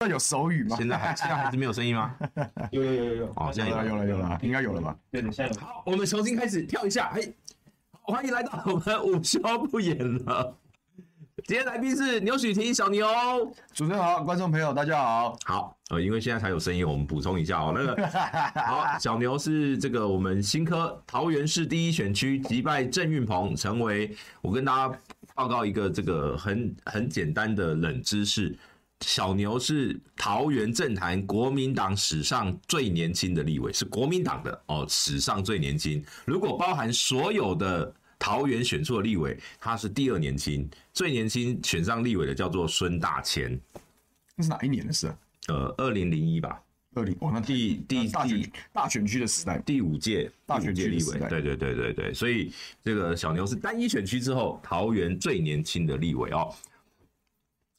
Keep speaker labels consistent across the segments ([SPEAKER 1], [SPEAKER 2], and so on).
[SPEAKER 1] 这有手语吗？
[SPEAKER 2] 现在还现在还是没有声音吗？
[SPEAKER 3] 有有有有有，
[SPEAKER 2] 哦，现在
[SPEAKER 1] 有
[SPEAKER 2] 有
[SPEAKER 1] 了有了有了，应该有了吧？
[SPEAKER 3] 有点像有。
[SPEAKER 2] 好，我们重新开始跳一下。嘿，好欢迎来到我们午休不演了。今天来宾是牛许婷、小牛。
[SPEAKER 1] 主持人好，观众朋友大家好。
[SPEAKER 2] 好，呃，因为现在才有声音，我们补充一下哦。那个， 好，小牛是这个我们新科桃园市第一选区击败郑运鹏，成为我跟大家报告一个这个很很简单的冷知识。小牛是桃园政坛国民党史上最年轻的立委，是国民党的哦，史上最年轻。如果包含所有的桃园选出的立委，他是第二年轻，最年轻选上立委的叫做孙大千，
[SPEAKER 1] 那是哪一年的事啊？
[SPEAKER 2] 呃，二零零一吧，
[SPEAKER 1] 二零哦，那
[SPEAKER 2] 第第
[SPEAKER 1] 那大
[SPEAKER 2] 第
[SPEAKER 1] 选大选区的时代，
[SPEAKER 2] 第五届
[SPEAKER 1] 大
[SPEAKER 2] 第
[SPEAKER 1] 选
[SPEAKER 2] 五
[SPEAKER 1] 区
[SPEAKER 2] 届
[SPEAKER 1] 的
[SPEAKER 2] 立
[SPEAKER 1] 时
[SPEAKER 2] 委
[SPEAKER 1] 代，
[SPEAKER 2] 对对对对对，所以这个小牛是单一选区之后桃园最年轻的立委哦。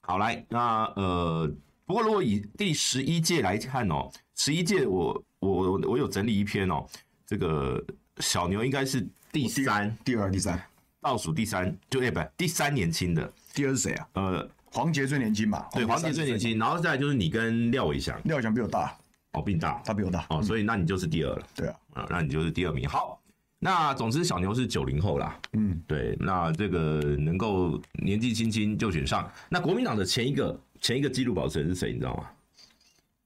[SPEAKER 2] 好来，那呃，不过如果以第十一届来看哦，十一届我我我有整理一篇哦，这个小牛应该是第三
[SPEAKER 1] 第二、第三，
[SPEAKER 2] 倒数第三，就哎不第三年轻的，
[SPEAKER 1] 第二是谁啊？
[SPEAKER 2] 呃，
[SPEAKER 1] 黄杰最年轻吧？
[SPEAKER 2] 对，黄杰最年，轻，然后再来就是你跟廖伟翔
[SPEAKER 1] 廖翔比我大，
[SPEAKER 2] 哦，并大
[SPEAKER 1] 他比我大。
[SPEAKER 2] 哦，所以那你就是第二了。
[SPEAKER 1] 对啊，
[SPEAKER 2] 啊，那你就是第二名。好，那总之小牛是九零后啦，
[SPEAKER 1] 嗯，
[SPEAKER 2] 对，那这个能够年纪轻轻就选上，那国民党的前一个前一个纪录保持人是谁，你知道吗？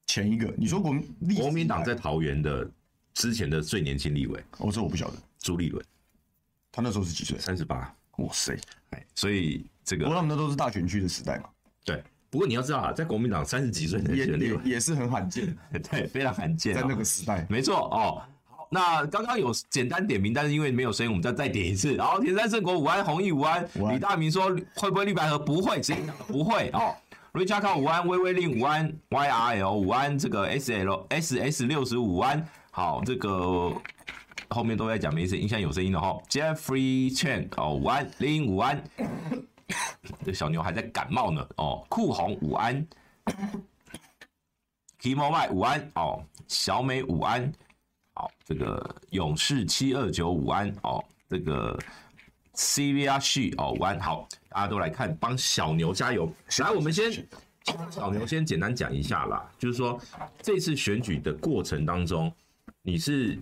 [SPEAKER 1] 前一个你说国民历史
[SPEAKER 2] 国民党
[SPEAKER 1] 以来
[SPEAKER 2] 在桃园的之前的最年轻立委
[SPEAKER 1] 哦，这我不晓得，
[SPEAKER 2] 朱立伦，
[SPEAKER 1] 他那时候是几岁？
[SPEAKER 2] 三十八，
[SPEAKER 1] 哇塞！
[SPEAKER 2] 哎，所以这
[SPEAKER 1] 不
[SPEAKER 2] 个
[SPEAKER 1] 过他们那都是大选区的时代嘛，
[SPEAKER 2] 对。不过你要知道啊，在国民党三十几岁能
[SPEAKER 1] 也
[SPEAKER 2] 选立
[SPEAKER 1] 也
[SPEAKER 2] 委，
[SPEAKER 1] 也是很罕见，
[SPEAKER 2] 对，非常罕见、
[SPEAKER 1] 在
[SPEAKER 2] 哦。
[SPEAKER 1] 那个时代。
[SPEAKER 2] 没错哦。好，那刚刚有简单点名，但是因为没有声音，我们再再点一次。然后田山胜国五安，弘毅五安
[SPEAKER 1] 午，安
[SPEAKER 2] 李大明说会不会绿白河？不会，谁讲的不会哦。Richard 靠五安，微微令五安，YRL 五安，这个 SL SS 六十五安，好，这个后面都在讲没声音，现在有声音了哈。Jeffrey Chen 哦，五安，林五安，这小牛还在感冒呢哦。酷红五安，Kimo 麦五安哦，小美五安，好，这个勇士七二九五安哦，这个 C V R 序哦五安好，大家都来看，帮小牛加油。来，我们先小牛先简单讲一下啦，就是说这次选举的过程当中，你是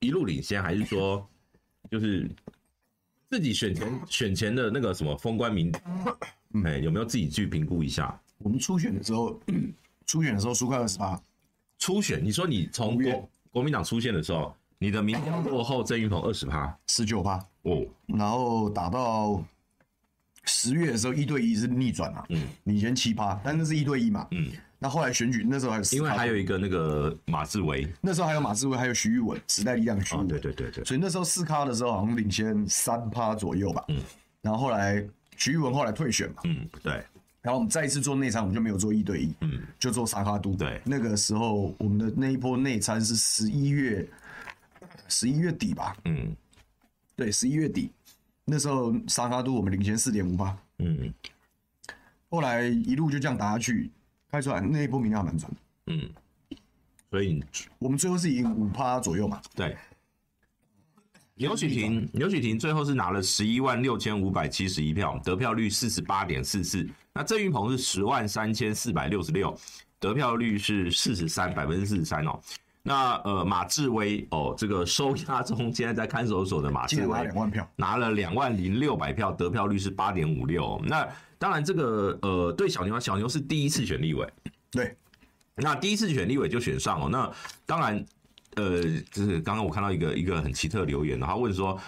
[SPEAKER 2] 一路领先，还是说就是自己选前选前的那个什么封官名？
[SPEAKER 1] 嗯
[SPEAKER 2] 哎，有没有自己去评估一下？
[SPEAKER 1] 我们初选的时候，初选的时候输快二十八，
[SPEAKER 2] 初选，你说你从
[SPEAKER 1] 五月
[SPEAKER 2] 国国民党出现的时候，你的民调落后郑云鹏二十趴
[SPEAKER 1] 十九趴，
[SPEAKER 2] 哦，
[SPEAKER 1] 然后打到十月的时候，一对一是逆转啊，嗯，领先七趴，但那是一对一嘛，嗯，那后来选举那时候还有10%，
[SPEAKER 2] 因为还有一个那个马志伟
[SPEAKER 1] 那时候还有马志威，还有徐玉文，时代力量的徐玉
[SPEAKER 2] 哦
[SPEAKER 1] 文，，
[SPEAKER 2] 对对对对，
[SPEAKER 1] 所以那时候四咖的时候好像领先三趴左右吧，嗯，然后后来徐玉文后来退选嘛，
[SPEAKER 2] 嗯对，
[SPEAKER 1] 然后我们再一次做内参，我们就没有做一对一，嗯，就做沙卡都。
[SPEAKER 2] 对
[SPEAKER 1] 那个时候我们的那一波内参是十一月，十一月底吧，
[SPEAKER 2] 嗯
[SPEAKER 1] 对，十一月底，那时候沙卡都我们领先四点五八，
[SPEAKER 2] 嗯
[SPEAKER 1] 后来一路就这样打下去，开出来那一波民调蛮准的，
[SPEAKER 2] 嗯，所以你
[SPEAKER 1] 我们最后是赢五趴左右嘛，
[SPEAKER 2] 对。牛许婷，牛许婷最后是拿了十一万六千五百七十一票，得票率四十八点四四。那郑云鹏是十万三千四百六十六，得票率是四十三百分之四十三哦。那呃，马志威哦，这个收押中现在在看守所的马
[SPEAKER 1] 竟
[SPEAKER 2] 志
[SPEAKER 1] 然拿
[SPEAKER 2] 威
[SPEAKER 1] 两万票，
[SPEAKER 2] 拿了两万零六百票，得票率是八点五六。那当然，这个呃，对小牛，小牛是第一次选立委，
[SPEAKER 1] 对，
[SPEAKER 2] 那第一次选立委就选上哦。那当然，呃，就是刚刚我看到一个一个很奇特的留言，然后问说，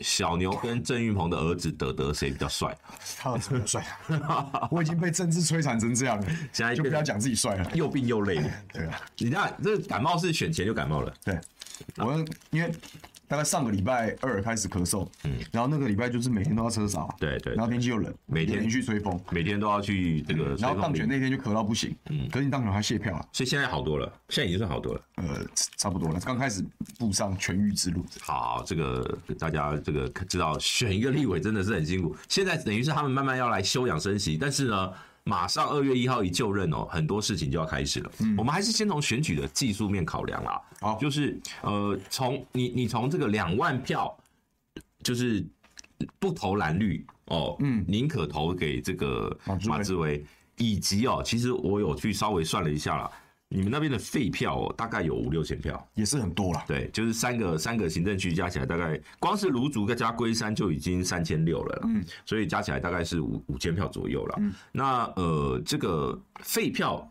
[SPEAKER 2] 小牛跟郑运鹏的儿子德德谁比较帅？
[SPEAKER 1] 他怎么 帅？我已经被政治摧残成这样了，
[SPEAKER 2] 现在
[SPEAKER 1] 就不
[SPEAKER 2] 变
[SPEAKER 1] 要讲自己帅了，
[SPEAKER 2] 又病又累。
[SPEAKER 1] 对啊。
[SPEAKER 2] 你看，这感冒是选前就感冒了，
[SPEAKER 1] 对，我因为大概上个礼拜二开始咳嗽，嗯，然后那个礼拜就是每天都要车扫，啊
[SPEAKER 2] 对对对
[SPEAKER 1] 然后天气又冷，
[SPEAKER 2] 每天
[SPEAKER 1] 又连续吹风，
[SPEAKER 2] 每天都要去这
[SPEAKER 1] 嗯
[SPEAKER 2] 个吹
[SPEAKER 1] 然后
[SPEAKER 2] 风
[SPEAKER 1] 当选
[SPEAKER 2] 机。
[SPEAKER 1] 那天就咳到不行，嗯，可是你当选还卸票啊，
[SPEAKER 2] 所以现在好多了，现在已经算好多了。
[SPEAKER 1] 呃，差不多了，刚开始步上痊愈之路，
[SPEAKER 2] 好，这个大家这个知道，选一个立委真的是很辛苦。现在等于是他们慢慢要来休养生息，但是呢，马上二月一号一就任哦，很多事情就要开始了。我们还是先从选举的技术面考量啦。
[SPEAKER 1] 嗯好
[SPEAKER 2] 就是呃，从你你从这个两万票，就是不投蓝绿哦，嗯，宁可投给这个
[SPEAKER 1] 马志威
[SPEAKER 2] 马志威。以及哦，其实我有去稍微算了一下啦，你们那边的废票哦，大概有五六千票。
[SPEAKER 1] 也是很多啦。
[SPEAKER 2] 对，就是三个三个行政区加起来，大概光是卢竹再加龟山就已经三千六了啦，嗯，所以加起来大概是五五千票左右了。那呃，这个废票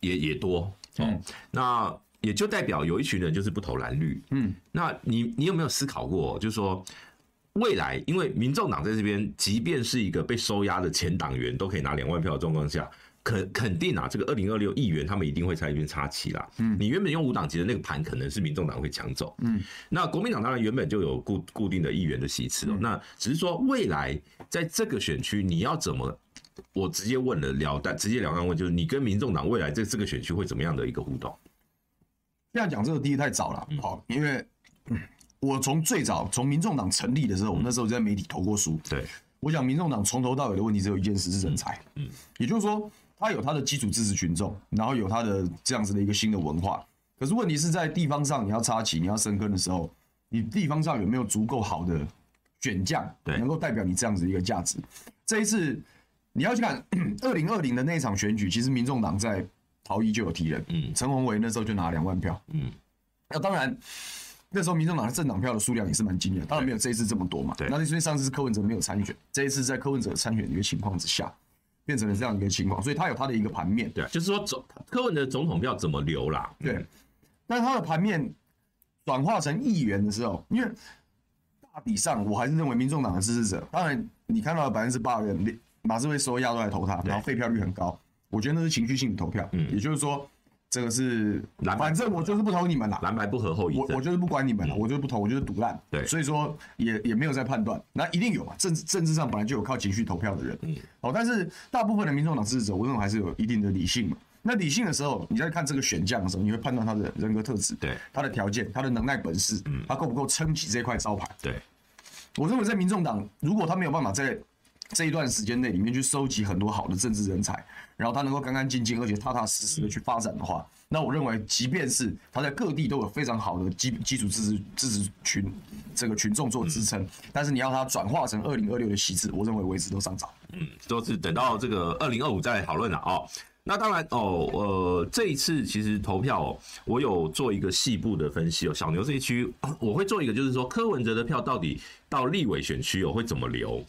[SPEAKER 2] 也也多哦，那也就代表有一群人就是不投蓝绿，嗯，那你你有没有思考过，就是说？未来，因为民众党在这边，即便是一个被收押的前党员，都可以拿两万票的状况下，肯肯定啊，这个二零二六议员他们一定会在一边插旗啦。嗯，你原本用五党籍的那个盘，可能是民众党会抢走。嗯，那国民党当然原本就有固固定的议员的席次哦、那只是说未来在这个选区，你要怎么？我直接问了了当，直截了当问，就是你跟民众党未来在这个选区会怎么样的一个互动？
[SPEAKER 1] 这样讲这个第一太早了，好，因为嗯我从最早从民众党成立的时候，我那时候在媒体投过书，
[SPEAKER 2] 对，
[SPEAKER 1] 我想民众党从头到尾的问题只有一件事是人才，嗯，也就是说他有他的基础支持群众，然后有他的这样子的一个新的文化，可是问题是在地方上你要插旗、你要生根的时候，你地方上有没有足够好的选将，
[SPEAKER 2] 对
[SPEAKER 1] 能够代表你这样子的一个价值？这一次你要去看 二零二零的那一场选举，其实民众党在桃一就有提人，
[SPEAKER 2] 嗯
[SPEAKER 1] 陈宏伟那时候就拿两万票，
[SPEAKER 2] 嗯，
[SPEAKER 1] 那当然。那时候民众党的政党票的数量也是蛮惊人的，当然没有这一次这么多嘛。
[SPEAKER 2] 对
[SPEAKER 1] 那是因为上次是柯文哲没有参选，这一次在柯文哲参选的一个情况之下，变成了这样一个情况，所以他有他的一个盘面。
[SPEAKER 2] 对啊，就是说总柯文的总统票怎么留啦？
[SPEAKER 1] 对，但他的盘面转化成议员的时候，因为大体上我还是认为民众党的支持者，当然你看到了百分之八的人马斯会收压都来投他，然后废票率很高，我觉得那是情绪性的投票，也就是说这个是
[SPEAKER 2] 嗯蓝白
[SPEAKER 1] 反正我就是不投你们啦，
[SPEAKER 2] 蓝白不合后遗
[SPEAKER 1] 我
[SPEAKER 2] 症
[SPEAKER 1] 我。就是不管你们了，我就是不投，我就是赌烂。
[SPEAKER 2] 对
[SPEAKER 1] 所以说也也没有在判断，那一定有嘛，政治政治上本来就有靠情绪投票的人，嗯，好，但是大部分的民众党支持者，我认为还是有一定的理性嘛。那理性的时候，你在看这个选项的时候，你会判断他的人格特质，
[SPEAKER 2] 对
[SPEAKER 1] 他的条件，他的能耐本事，他够不够撑起这块招牌。
[SPEAKER 2] 对，
[SPEAKER 1] 我认为在民众党，如果他没有办法在这一段时间内里面去收集很多好的政治人才，然后他能够干干净净，而且踏踏实实的去发展的话，那我认为，即便是他在各地都有非常好的基基础支持支持群这个群众做支撑，但是你要他转化成二零二六的旗帜，我认为为时都尚早。
[SPEAKER 2] 都是等到这个二零二五再来讨论了哦。那当然哦，呃，这一次其实投票、哦，我有做一个细部的分析哦。小牛这一区， 我会做一个，就是说柯文哲的票到底到立委选区哦会怎么流？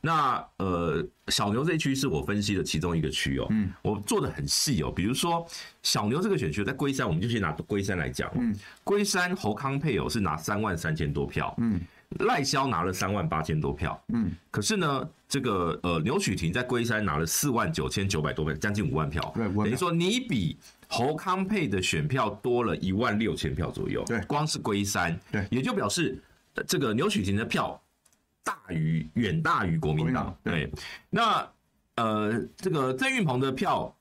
[SPEAKER 2] 那呃，小牛这一区是我分析的其中一个区哦，嗯，我做的很细哦。比如说小牛这个选区在龟山，我们就先拿龟山来讲、哦，龟山侯康配偶是拿三万三千多票，嗯，赖萧拿了三万八千多票，
[SPEAKER 1] 嗯
[SPEAKER 2] 可是呢，这个呃牛曲婷在龟山拿了四万九千九百多票，将近五万票，
[SPEAKER 1] 对五万票
[SPEAKER 2] 等于说你比侯康佩的选票多了一万六千票左右，
[SPEAKER 1] 对
[SPEAKER 2] 光是龟山，
[SPEAKER 1] 对
[SPEAKER 2] 也就表示、呃这个牛曲婷的票大于远大于国民党
[SPEAKER 1] 国，民党
[SPEAKER 2] 对，那呃这个郑运鹏的票。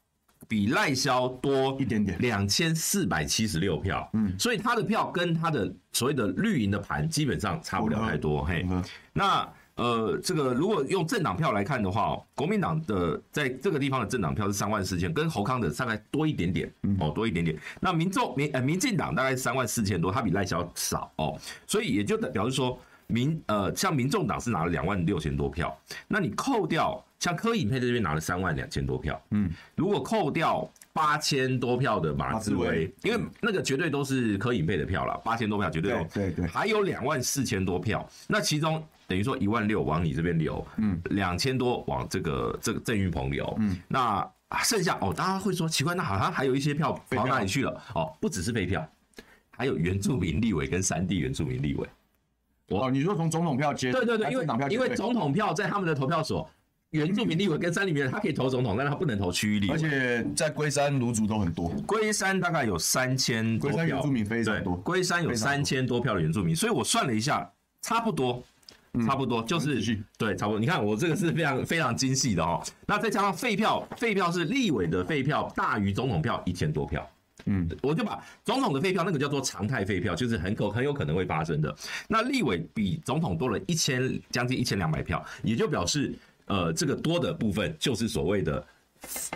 [SPEAKER 2] 比赖萧多
[SPEAKER 1] 一点点
[SPEAKER 2] 两千四百七十六票，嗯，所以他的票跟他的所谓的绿营的盘基本上差不了太多，嘿，
[SPEAKER 1] 嗯
[SPEAKER 2] 那呃，这个如果用政党票来看的话哦，国民党的在这个地方的政党票是三万四千，跟侯康的大概多一点点，哦，多一点点。那民众民呃民进党大概三万四千多，他比赖萧少哦，所以也就表示说民呃像民众党是拿了两万六千多票，那你扣掉像柯以佩这边拿了三万两千多票，嗯，如果扣掉。八千多票的马
[SPEAKER 1] 马
[SPEAKER 2] 志
[SPEAKER 1] 志威
[SPEAKER 2] 威，因为那个绝对都是柯以佩的票了，八千多票绝对有，
[SPEAKER 1] 对对对
[SPEAKER 2] 还有两万四千多票，那其中等于说一万六往你这边流，嗯，两千多往这个这个郑云鹏流，嗯，那剩下哦，大家会说奇怪，那好像还有一些票
[SPEAKER 1] 废票
[SPEAKER 2] 跑哪里去了？哦，不只是废票，还有原住民立委跟三地原住民立委，我
[SPEAKER 1] 哦，你说从总统票接
[SPEAKER 2] 对对对，因为
[SPEAKER 1] 政党票接
[SPEAKER 2] 因为
[SPEAKER 1] 对
[SPEAKER 2] 总统票在他们的投票所，原住民立委跟三里面他可以投总统，但是他不能投区域立
[SPEAKER 1] 而
[SPEAKER 2] 委。
[SPEAKER 1] 且在龟山、卢竹都很多，
[SPEAKER 2] 龟山大概有三千
[SPEAKER 1] 龟
[SPEAKER 2] 多票，
[SPEAKER 1] 山原住民非常多
[SPEAKER 2] 对龟山有
[SPEAKER 1] 非常
[SPEAKER 2] 三
[SPEAKER 1] 多
[SPEAKER 2] 千多票的原住民，所以我算了一下，差不多，
[SPEAKER 1] 嗯
[SPEAKER 2] 差不多、就
[SPEAKER 1] 很仔
[SPEAKER 2] 是
[SPEAKER 1] 细
[SPEAKER 2] 对，差不多。你看我这个是非常非常精细的哦。那再加上废票，废票是立委的废票大于总统票一千多票。
[SPEAKER 1] 嗯，
[SPEAKER 2] 我就把总统的废票那个叫做常态废票，就是很可很有可能会发生的。那立委比总统多了一千将近一千两百票，也就表示，呃，这个多的部分就是所谓的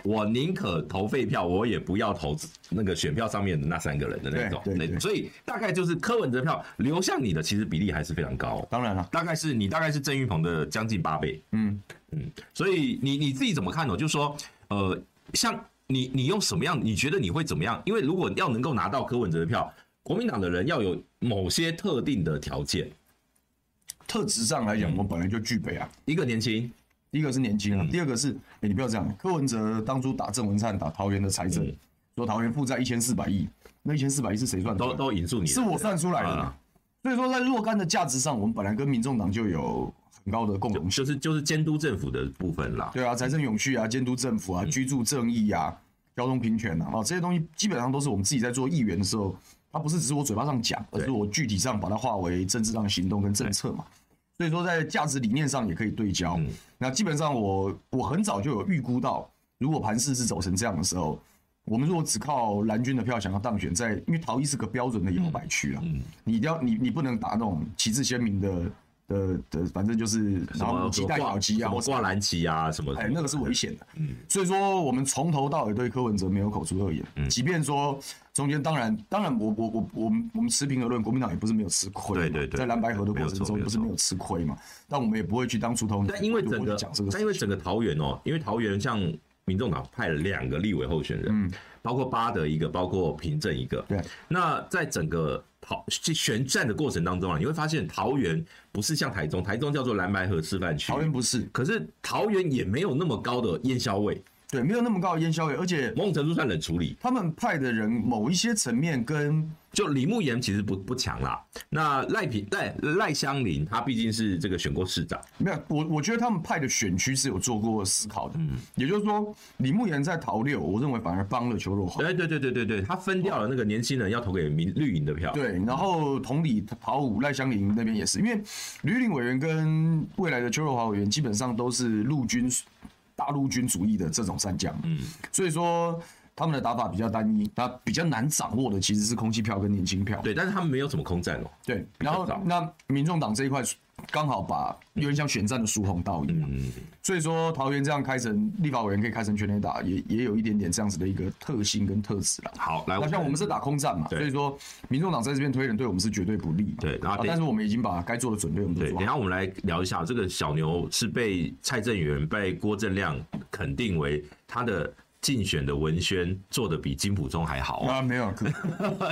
[SPEAKER 2] 我宁可投废票，我也不要投那个选票上面的那三个人的那种。
[SPEAKER 1] 对对对
[SPEAKER 2] 那所以大概就是柯文哲票流向你的，其实比例还是非常高，
[SPEAKER 1] 当然了，
[SPEAKER 2] 大概是你大概是郑云鹏的将近八倍。
[SPEAKER 1] 嗯
[SPEAKER 2] 嗯，所以你你自己怎么看呢？就是说，呃，像你你用什么样，你觉得你会怎么样？因为如果要能够拿到柯文哲的票，国民党的人要有某些特定的条件，
[SPEAKER 1] 特质上来讲，我们本来就具备啊。
[SPEAKER 2] 一个年轻，
[SPEAKER 1] 第一个是年轻
[SPEAKER 2] 嗯
[SPEAKER 1] 啊，第二个是，哎，你不要这样。柯文哲当初打郑文灿、打桃园的财政
[SPEAKER 2] 嗯，
[SPEAKER 1] 说桃园负债一千四百亿，那一千四百亿是谁算出来
[SPEAKER 2] 都
[SPEAKER 1] 的？
[SPEAKER 2] 都引述你，
[SPEAKER 1] 嗯是我算出来的
[SPEAKER 2] 啊。
[SPEAKER 1] 所以说，在若干的价值上，我们本来跟民众党就有很高的共
[SPEAKER 2] 就
[SPEAKER 1] 同性。
[SPEAKER 2] 就是就是监督政府的部分啦。
[SPEAKER 1] 对啊，财政永续
[SPEAKER 2] 嗯
[SPEAKER 1] 啊，监督政府啊，居住正义啊，交通平权啊，哦，这些东西基本上都是我们自己在做议员的时候，它不是只是我嘴巴上讲，而
[SPEAKER 2] 对
[SPEAKER 1] 是我具体上把它化为政治上的行动跟政策嘛。所以说，在价值理念上也可以对焦。
[SPEAKER 2] 嗯
[SPEAKER 1] 那基本上我我很早就有预估到，如果盘势是走成这样的时候，我们如果只靠蓝军的票想要当选在，因为桃一是个标准的摇摆区啊，
[SPEAKER 2] 嗯，
[SPEAKER 1] 你一定要你你不能打那种旗帜鲜明的的的，反正就是
[SPEAKER 2] 什
[SPEAKER 1] 然后
[SPEAKER 2] 么
[SPEAKER 1] 鸡
[SPEAKER 2] 什么
[SPEAKER 1] 蛋
[SPEAKER 2] 挂
[SPEAKER 1] 咬鸡啊，
[SPEAKER 2] 什么
[SPEAKER 1] 或是
[SPEAKER 2] 挂蓝旗啊，什么
[SPEAKER 1] 哎，那个是危险的。
[SPEAKER 2] 嗯
[SPEAKER 1] 所以说我们从头到尾对柯文哲没有口出恶言，
[SPEAKER 2] 嗯
[SPEAKER 1] 即便说中间当然当然我我我我们我们持平而论，国民党也不是没有吃亏嘛，
[SPEAKER 2] 对对对
[SPEAKER 1] 在蓝白河的
[SPEAKER 2] 没
[SPEAKER 1] 过
[SPEAKER 2] 有
[SPEAKER 1] 程
[SPEAKER 2] 错
[SPEAKER 1] 中
[SPEAKER 2] 没有
[SPEAKER 1] 不是没有吃亏嘛，但我们也不会去当出头鸟，
[SPEAKER 2] 但因为
[SPEAKER 1] 也不
[SPEAKER 2] 整
[SPEAKER 1] 会
[SPEAKER 2] 个
[SPEAKER 1] 去讲这个，
[SPEAKER 2] 但因为整个桃园哦，因为桃园像民众党派了两个立委候选人，包括巴德一个，包括平镇一个。
[SPEAKER 1] 嗯对，
[SPEAKER 2] 那在整个桃选战的过程当中啊，你会发现桃园不是像台中，台中叫做蓝白河示范区
[SPEAKER 1] 桃，园不是
[SPEAKER 2] 可是桃园也没有那么高的烟消味，
[SPEAKER 1] 对没有那么高的烟消味，而且
[SPEAKER 2] 某种程度算冷处理。
[SPEAKER 1] 他们派的人某一些层面跟
[SPEAKER 2] 就李慕言其实不不强啦，那赖平赖赖香林他毕竟是这个选过市长，
[SPEAKER 1] 没有，我我觉得他们派的选区是有做过思考的，
[SPEAKER 2] 嗯
[SPEAKER 1] 也就是说李慕言在桃六，我认为反而帮了邱若华。
[SPEAKER 2] 对对对对对对，他分掉了那个年轻人要投给民绿营的票，
[SPEAKER 1] 对，然后同理，桃五赖香林那边也是，因为吕领委员跟未来的邱若华委员基本上都是陆军大陆军主义的这种战将，嗯，所以说他们的打法比较单一，那比较难掌握的其实是空气票跟年轻票，
[SPEAKER 2] 对，但是他们没有什么空战哦，
[SPEAKER 1] 对，
[SPEAKER 2] 较
[SPEAKER 1] 然后
[SPEAKER 2] 早
[SPEAKER 1] 那民众党这一块刚好把有点像选战的疏洪道一样，
[SPEAKER 2] 嗯，
[SPEAKER 1] 所以说桃园这样开成立法委员可以开成全垒打，也也有一点点这样子的一个特性跟特质啦。
[SPEAKER 2] 好，来，
[SPEAKER 1] 那像我们是打啊空战嘛，
[SPEAKER 2] 对
[SPEAKER 1] 所以说民众党在这边推人对我们是绝对不利嘛。
[SPEAKER 2] 对然后
[SPEAKER 1] 啊
[SPEAKER 2] 等
[SPEAKER 1] 但是我们已经把该做的准备我们都
[SPEAKER 2] 对，
[SPEAKER 1] 做
[SPEAKER 2] 等一
[SPEAKER 1] 好。
[SPEAKER 2] 下我们来聊一下这个小牛是被蔡正元、被郭正亮肯定为他的竞选的文宣做的比金普中还好、哦，
[SPEAKER 1] 啊，没有， 可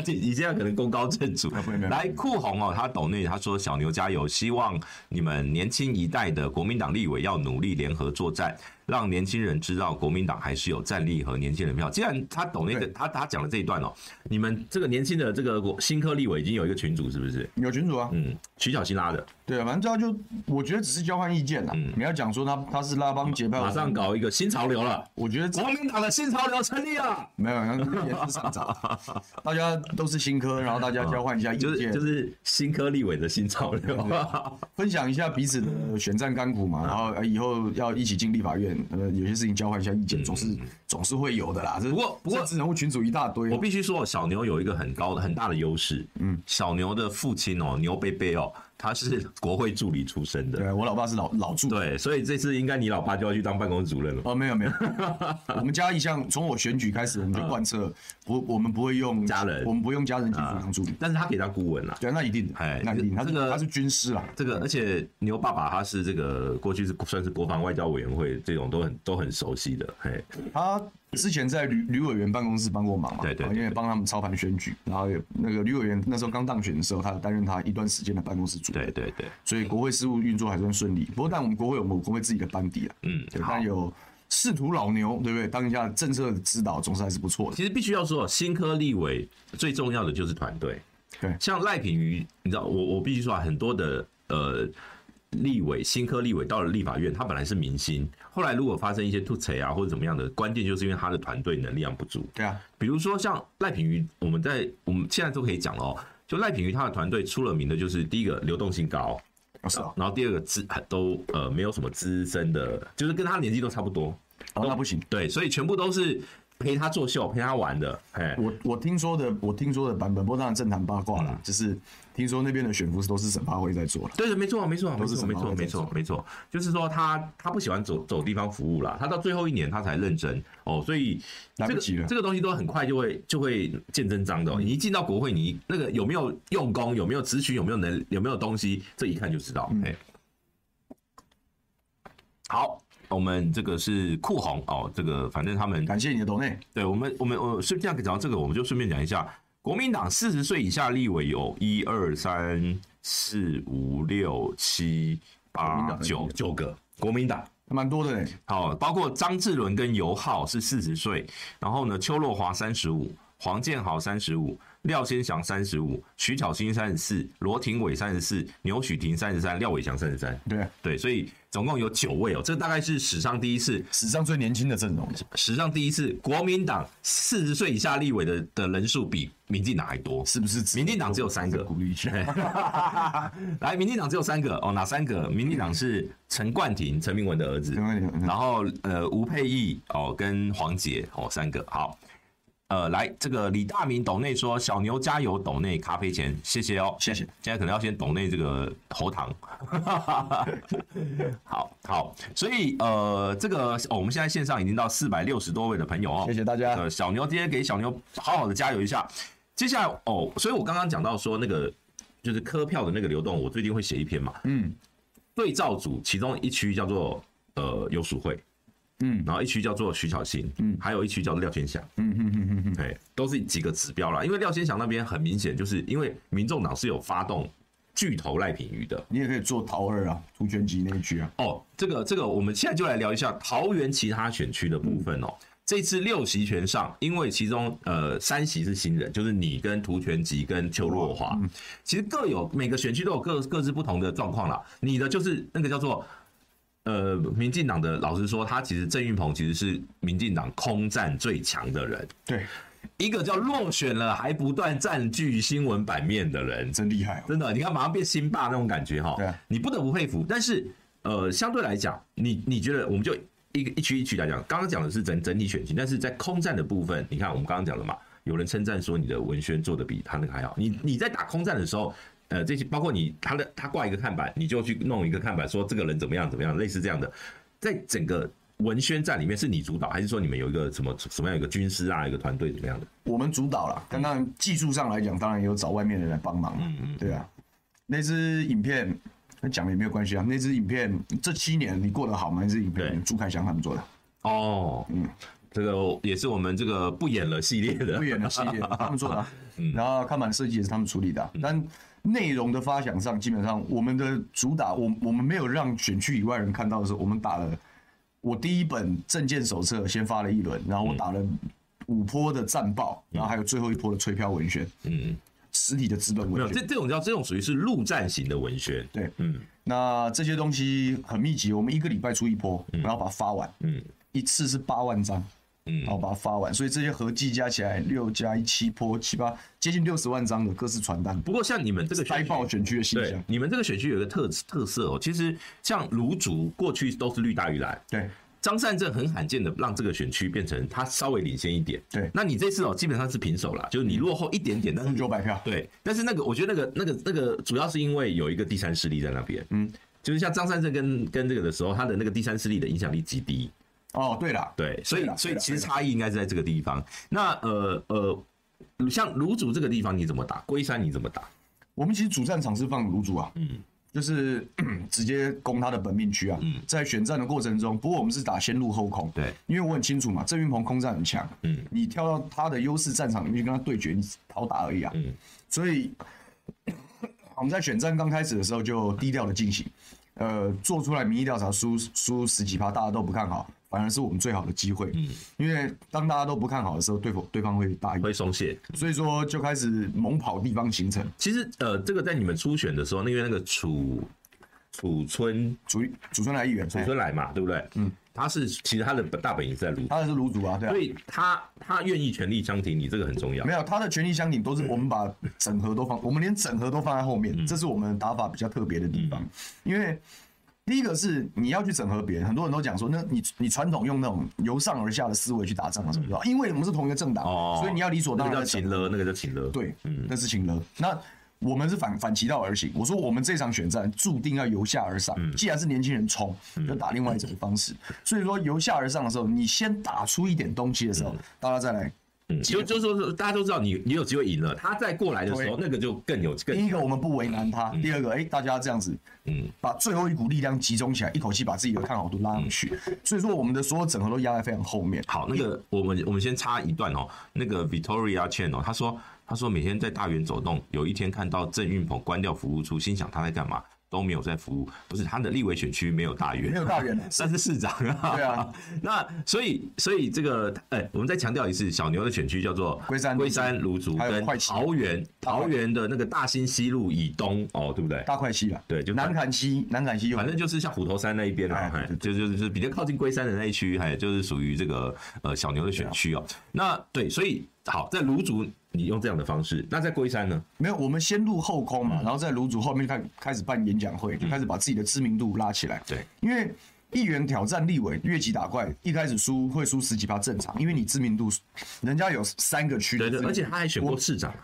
[SPEAKER 2] 你这样可能功高震主
[SPEAKER 1] 不会不会。
[SPEAKER 2] 来酷红哦，他抖内他说小牛加油，希望你们年轻一代的国民党立委要努力联合作战，让年轻人知道国民党还是有战力和年轻人票。既然他抖内的
[SPEAKER 1] 对
[SPEAKER 2] 他他讲了这一段哦，你们这个年轻的这个国新科立委已经有一个群组是不是？
[SPEAKER 1] 有群主啊，
[SPEAKER 2] 嗯，徐小新拉的。
[SPEAKER 1] 对啊，反正这样就我觉得只是交换意见啦。你要讲说他他是拉帮结派，
[SPEAKER 2] 嗯马上搞一个新潮流了，
[SPEAKER 1] 我觉得
[SPEAKER 2] 国民党的新潮流成立了，
[SPEAKER 1] 没有，也是上涨， 大家都是新科，然后大家交换一下意
[SPEAKER 2] 就是就
[SPEAKER 1] 见，
[SPEAKER 2] 是新科立委的新潮流。
[SPEAKER 1] 分享一下彼此的选战甘苦
[SPEAKER 2] 嗯
[SPEAKER 1] 嘛，然后呃以后要一起进立法院，呃，有些事情交换一下意见，总是总是会有的啦。不
[SPEAKER 2] 嗯不过不过
[SPEAKER 1] 人物群组一大堆
[SPEAKER 2] 我
[SPEAKER 1] 啊，
[SPEAKER 2] 必须说，小牛有一个很高的很大的优势。嗯，小牛的父亲哦，牛贝贝哦，他是国会助理出身的，
[SPEAKER 1] 对啊我老爸是老老助理
[SPEAKER 2] 对，所以这次应该你老爸就要去当办公主任了。
[SPEAKER 1] 哦，没有 没有，我们家一向从我选举开始，我们就贯彻不，我们不会用
[SPEAKER 2] 家人
[SPEAKER 1] 我们不用家人进行当助理。
[SPEAKER 2] 啊但是他可以当顾问啦。
[SPEAKER 1] 对，那一定的
[SPEAKER 2] 哎，
[SPEAKER 1] 那一定，他是
[SPEAKER 2] 这个
[SPEAKER 1] 他是军师啊，
[SPEAKER 2] 这个，而且牛爸爸他是这个过去是算是国防外交委员会这种都很都很熟悉的，嘿，
[SPEAKER 1] 他之前在吕吕委员办公室帮过忙嘛，啊
[SPEAKER 2] 对对对
[SPEAKER 1] 因为帮他们操盘选举，然后也那个吕委员那时候刚当选的时候，他有担任他一段时间的办公室主任，
[SPEAKER 2] 对对对。
[SPEAKER 1] 所以国会事务运作还算顺利。不过，但我们国会有我们国会自己的班底啊，
[SPEAKER 2] 嗯
[SPEAKER 1] 对，
[SPEAKER 2] 好
[SPEAKER 1] 但有仕途老牛，对不对？当一下政策指导总是还是不错的，
[SPEAKER 2] 其实必须要说，新科立委最重要的就是团队。
[SPEAKER 1] 对
[SPEAKER 2] 像赖品妤，你知道，我我必须说啊，很多的呃立委，新科立委到了立法院，他本来是明星，后来如果发生一些吐槽啊或者怎么样的，关键就是因为他的团队能力量不足。
[SPEAKER 1] 对啊，
[SPEAKER 2] 比如说像赖品妤，我们在我们现在都可以讲了哦，就赖品妤他的团队出了名的就是第一个流动性高，
[SPEAKER 1] 哦是啊，
[SPEAKER 2] 然后第二个资都呃没有什么资深的，就是跟他年纪都差不多，
[SPEAKER 1] 哦那不行。
[SPEAKER 2] 对，所以全部都是陪他作秀、陪他玩的，哎。
[SPEAKER 1] 我我听说的，我听说的版本，不过当然正谈八卦啦，就是听说那边的选服都是沈发辉在做了。
[SPEAKER 2] 对对，没错，没错，没
[SPEAKER 1] 都是
[SPEAKER 2] 错，没
[SPEAKER 1] 什么哦
[SPEAKER 2] 错，
[SPEAKER 1] 都在
[SPEAKER 2] 没错，没错，就是说他他不喜欢走走地方服务啦，他到最后一年他才认真哦，所以
[SPEAKER 1] 来
[SPEAKER 2] 这
[SPEAKER 1] 不
[SPEAKER 2] 个
[SPEAKER 1] 及了嗯
[SPEAKER 2] 这个东西都很快就会就会见真章的哦、你一进到国会，你那个有没有用功，有没有咨询，有没有
[SPEAKER 1] 嗯
[SPEAKER 2] 能，有没有东西，这一看就知道。哎、好，我们这个是酷红哦，这个反正他们
[SPEAKER 1] 感谢你的抖内，
[SPEAKER 2] 对我们，我们我顺便讲到这个，我们就顺便讲一下，国民党四十岁以下立委有一二三四五六七
[SPEAKER 1] 国民
[SPEAKER 2] 八
[SPEAKER 1] 党
[SPEAKER 2] 九九个，国民党。
[SPEAKER 1] 还蛮多的嘞。
[SPEAKER 2] 好，包括张志伦跟尤浩是四十岁，然后呢，邱若华三十五，黄建豪三十五，廖先祥三十五，徐巧芯三十四，罗廷伟三十四，牛许婷三十三，廖伟翔三十三。
[SPEAKER 1] 对，啊
[SPEAKER 2] 对，所以总共有九位哦，这大概是史上第一次，
[SPEAKER 1] 史上最年轻的阵容，
[SPEAKER 2] 史上第一次国民党四十岁以下立委的的人数比民进党还多。
[SPEAKER 1] 是不是？
[SPEAKER 2] 民进党只有三个
[SPEAKER 1] 鼓励一下。
[SPEAKER 2] 来，民进党只有三个哦，哪三个？民进党是陈冠廷、陈明文的儿子，
[SPEAKER 1] 陈冠廷嗯
[SPEAKER 2] 然后呃吴佩义哦跟黄杰哦三个好。呃，来，这个李大明抖内说小牛加油，抖内咖啡钱，谢谢哦，
[SPEAKER 1] 谢谢。
[SPEAKER 2] 现在可能要先抖内这个喉糖。 好好，所以呃，这个、哦我们现在线上已经到四百六十多位的朋友哦，
[SPEAKER 1] 谢谢大家
[SPEAKER 2] 呃，小牛今天给小牛好好的加油一下。接下来哦，所以我刚刚讲到说那个就是科票的那个流动，我最近会写一篇嘛。
[SPEAKER 1] 嗯
[SPEAKER 2] 对照组其中一区叫做呃游淑慧，
[SPEAKER 1] 嗯
[SPEAKER 2] 然后一区叫做徐巧芯，
[SPEAKER 1] 嗯
[SPEAKER 2] 还有一区叫做廖天祥，
[SPEAKER 1] 嗯嗯嗯嗯嗯，
[SPEAKER 2] 哎，都是几个指标啦。因为廖天祥那边很明显，就是因为民众党是有发动巨头赖品妤的。
[SPEAKER 1] 你也可以做桃二啊，朱全吉那一局啊。
[SPEAKER 2] 哦，这个这个，我们现在就来聊一下桃园其他选区的部分哦。这次六席全上，因为其中呃三席是新人，就是你跟涂全吉跟邱若华，其实各有每个选区都有各各自不同的状况啦。你的就是那个叫做呃民进党的，老实说，他其实郑运鹏其实是民进党空战最强的人，
[SPEAKER 1] 对，
[SPEAKER 2] 一个叫落选了还不断占据新闻版面的人，
[SPEAKER 1] 真厉害哦。
[SPEAKER 2] 真的，你看马上变辛霸那种感觉哈
[SPEAKER 1] 对啊，
[SPEAKER 2] 你不得不佩服。但是呃，相对来讲，你你觉得我们就一个一区一区来讲，刚刚讲的是整整体选情，但是在空战的部分，你看我们刚刚讲了嘛，有人称赞说你的文宣做的比他那个还好。你你在打空战的时候。呃，这些包括你他的他挂一个看板，你就去弄一个看板说这个人怎么样怎么样，类似这样的，在整个文宣战里面是你主导，还是说你们有一个什么什么样一个军师啊，一个团队怎么样的？
[SPEAKER 1] 我们主导了。刚刚技术上来讲，当然也有找外面的人来帮忙嘛。对啊，那支影片那讲了也没有关系啊。那支影片这七年你过得好吗？那支影
[SPEAKER 2] 对
[SPEAKER 1] 片朱凯翔他们做的，
[SPEAKER 2] 哦，嗯，这个也是我们这个不演了系列的，嗯
[SPEAKER 1] 不演的系列他们做 的啊、然后看板设计也是他们处理的啊、但内容的发想上，基本上我们的主打，我我们没有让选区以外人看到的是，我们打了我第一本证件手册先发了一轮，然后我打了五波的战报，然后还有最后一波的吹票文宣，
[SPEAKER 2] 嗯，
[SPEAKER 1] 实体的资本
[SPEAKER 2] 没有
[SPEAKER 1] 文宣
[SPEAKER 2] 这。这种叫这种属于是陆战型的文宣，
[SPEAKER 1] 对，
[SPEAKER 2] 嗯
[SPEAKER 1] 那这些东西很密集，我们一个礼拜出一波，然后把它发完，
[SPEAKER 2] 嗯
[SPEAKER 1] 一次是八万张，
[SPEAKER 2] 嗯
[SPEAKER 1] 然后把它发完，所以这些合计加起来六加一七波七八，接近六十万张的各式传单，
[SPEAKER 2] 不过像你们这个
[SPEAKER 1] 塞
[SPEAKER 2] 选
[SPEAKER 1] 爆
[SPEAKER 2] 区，
[SPEAKER 1] 选区的信
[SPEAKER 2] 对
[SPEAKER 1] 箱，，
[SPEAKER 2] 你们这个选区有一个特特色哦，其实像卢竹过去都是绿大于蓝。
[SPEAKER 1] 对
[SPEAKER 2] 张善政很罕见的让这个选区变成他稍微领先一点，
[SPEAKER 1] 对嗯
[SPEAKER 2] 那你这次哦，基本上是平手啦，就是你落后一点点，但是
[SPEAKER 1] 九百票，
[SPEAKER 2] 对，但是那个我觉得那个那个那个主要是因为有一个第三势力在那边，嗯，就是像张善政跟跟这个的时候，他的那个第三势力的影响力极低，
[SPEAKER 1] 哦对啦，
[SPEAKER 2] 对，所以
[SPEAKER 1] 对啦
[SPEAKER 2] 所以
[SPEAKER 1] 对啦
[SPEAKER 2] 其实差异应该是在这个地方。那呃呃，像卢竹这个地方你怎么打？龟山你怎么打？
[SPEAKER 1] 我们其实主战场是放卤煮啊，嗯，就是 直接攻他的本命区啊，嗯，在选战的过程中，不过我们是打先入后空，
[SPEAKER 2] 对，
[SPEAKER 1] 因为我很清楚嘛，郑云鹏空战很强，嗯，你跳到他的优势战场里面去跟他对决，你讨打而已啊，
[SPEAKER 2] 嗯，
[SPEAKER 1] 所以我们在选战刚开始的时候就低调的进行，呃，做出来民意调查输输十几趴，大家都不看好，反而是我们最好的机会，嗯，因为当大家都不看好的时候，对方对方会大意，
[SPEAKER 2] 会松懈。
[SPEAKER 1] 所以说就开始猛跑地方行程，
[SPEAKER 2] 其实呃，这个在你们初选的时候，那因为那个楚楚村
[SPEAKER 1] 主主村来议员，
[SPEAKER 2] 楚村来嘛，对不对？嗯，他是其实他的大本营是在卢竹，
[SPEAKER 1] 他的是卤煮啊，对啊
[SPEAKER 2] 所。以他他愿意全力相挺你，这个很重要
[SPEAKER 1] 没。有，他的权力相挺都是我们把整合都放，我们连整合都放在后
[SPEAKER 2] 嗯
[SPEAKER 1] 面，这是我们打法比较特别的地方。因为第一个是你要去整合别人，很多人都讲说，那你你传统用那种由上而下的思维去打仗啊什么的，因为我们是同一个政党，
[SPEAKER 2] 嗯哦
[SPEAKER 1] 所以你要理所
[SPEAKER 2] 那
[SPEAKER 1] 当
[SPEAKER 2] 个
[SPEAKER 1] 然
[SPEAKER 2] 叫嗯
[SPEAKER 1] 的
[SPEAKER 2] 秦了，那个叫秦了。，
[SPEAKER 1] 对，那是请了。那我们是反反其道而行。我说我们这场选战注定要由下而上，
[SPEAKER 2] 嗯
[SPEAKER 1] 既然是年轻人冲，就打另外一种方式。所以说由下而上的时候，你先打出一点东西的时候，大家再来
[SPEAKER 2] 嗯就就说是大家都知道你你有机会赢了，他再过来的时候，那个就更有
[SPEAKER 1] 第
[SPEAKER 2] 更
[SPEAKER 1] 一个我们不为难他，第二个哎、大家这样子
[SPEAKER 2] 嗯
[SPEAKER 1] 把最后一股力量集中起来，一口气把自己的看好度拉上去，
[SPEAKER 2] 嗯
[SPEAKER 1] 所以说我们的所有整合都压在非常后面。
[SPEAKER 2] 好。那个我们我们先插一段哦，那个 Victoria Chen 哦，他说他说每天在大园走动，有一天看到郑运鹏关掉服务处，心想他在干嘛？都没有在服务，不是他的立委选区没有大园，
[SPEAKER 1] 没有大 园了
[SPEAKER 2] 但是市长啊。
[SPEAKER 1] 对啊，
[SPEAKER 2] 那所以所以这个，哎、我们再强调一次，小牛的选区叫做
[SPEAKER 1] 龟山
[SPEAKER 2] 龟山、芦竹
[SPEAKER 1] 还有
[SPEAKER 2] 跟
[SPEAKER 1] 会稽
[SPEAKER 2] 桃园，桃园的那个大兴西路以东哦，对不对？
[SPEAKER 1] 大快西了，
[SPEAKER 2] 对就
[SPEAKER 1] 南坎西，南坎西又
[SPEAKER 2] 反正就是像虎头山那一边啦，
[SPEAKER 1] 哎
[SPEAKER 2] 哎
[SPEAKER 1] 对，
[SPEAKER 2] 就就就是比较靠近龟山的那一区，哎，就是属于这个呃小牛的选区哦。那对，所以好，在芦竹你用这样的方式，那在龟山呢？
[SPEAKER 1] 没有，我们先入后空
[SPEAKER 2] 嗯
[SPEAKER 1] 嘛，然后在卢祖后面开开始办演讲会，就开始把自己的知名度拉起来。
[SPEAKER 2] 对，
[SPEAKER 1] 因为议员挑战立委越级打怪，一开始输会输十几趴正常，因为你知名度，人家有三个区的
[SPEAKER 2] 对
[SPEAKER 1] 知名度，
[SPEAKER 2] 对，而且他还选过市长啊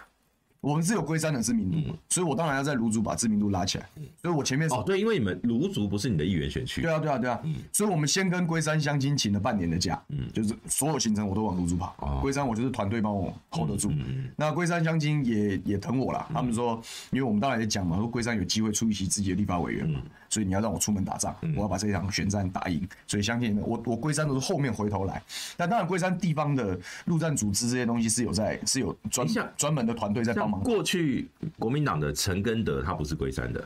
[SPEAKER 1] 我们是有龟山的知名度，所以我当然要在卢祖把知名度拉起来。所以我前面是
[SPEAKER 2] 哦，对，因为你们芦竹不是你的议员选区
[SPEAKER 1] 对，啊，对啊，对
[SPEAKER 2] 嗯
[SPEAKER 1] 啊。所以我们先跟龟山相亲请了半年的假，就是所有行程我都往泸州跑。
[SPEAKER 2] 哦
[SPEAKER 1] 龟山我就是团队帮我 hold 得
[SPEAKER 2] 嗯
[SPEAKER 1] 住。那龟山相亲也也疼我啦，他们说，因为我们当然也讲嘛，说龟山有机会出一席自己的立法委员
[SPEAKER 2] 嗯
[SPEAKER 1] 嘛，所以你要让我出门打仗，我要把这场选战打赢。所以相信我，我龟山都是后面回头来。但当然，龟山地方的陆战组织这些东西是有在是有专
[SPEAKER 2] 等一下
[SPEAKER 1] 专门的团队在帮
[SPEAKER 2] 像
[SPEAKER 1] 忙。
[SPEAKER 2] 过去国民党的陈根德他不是龟山的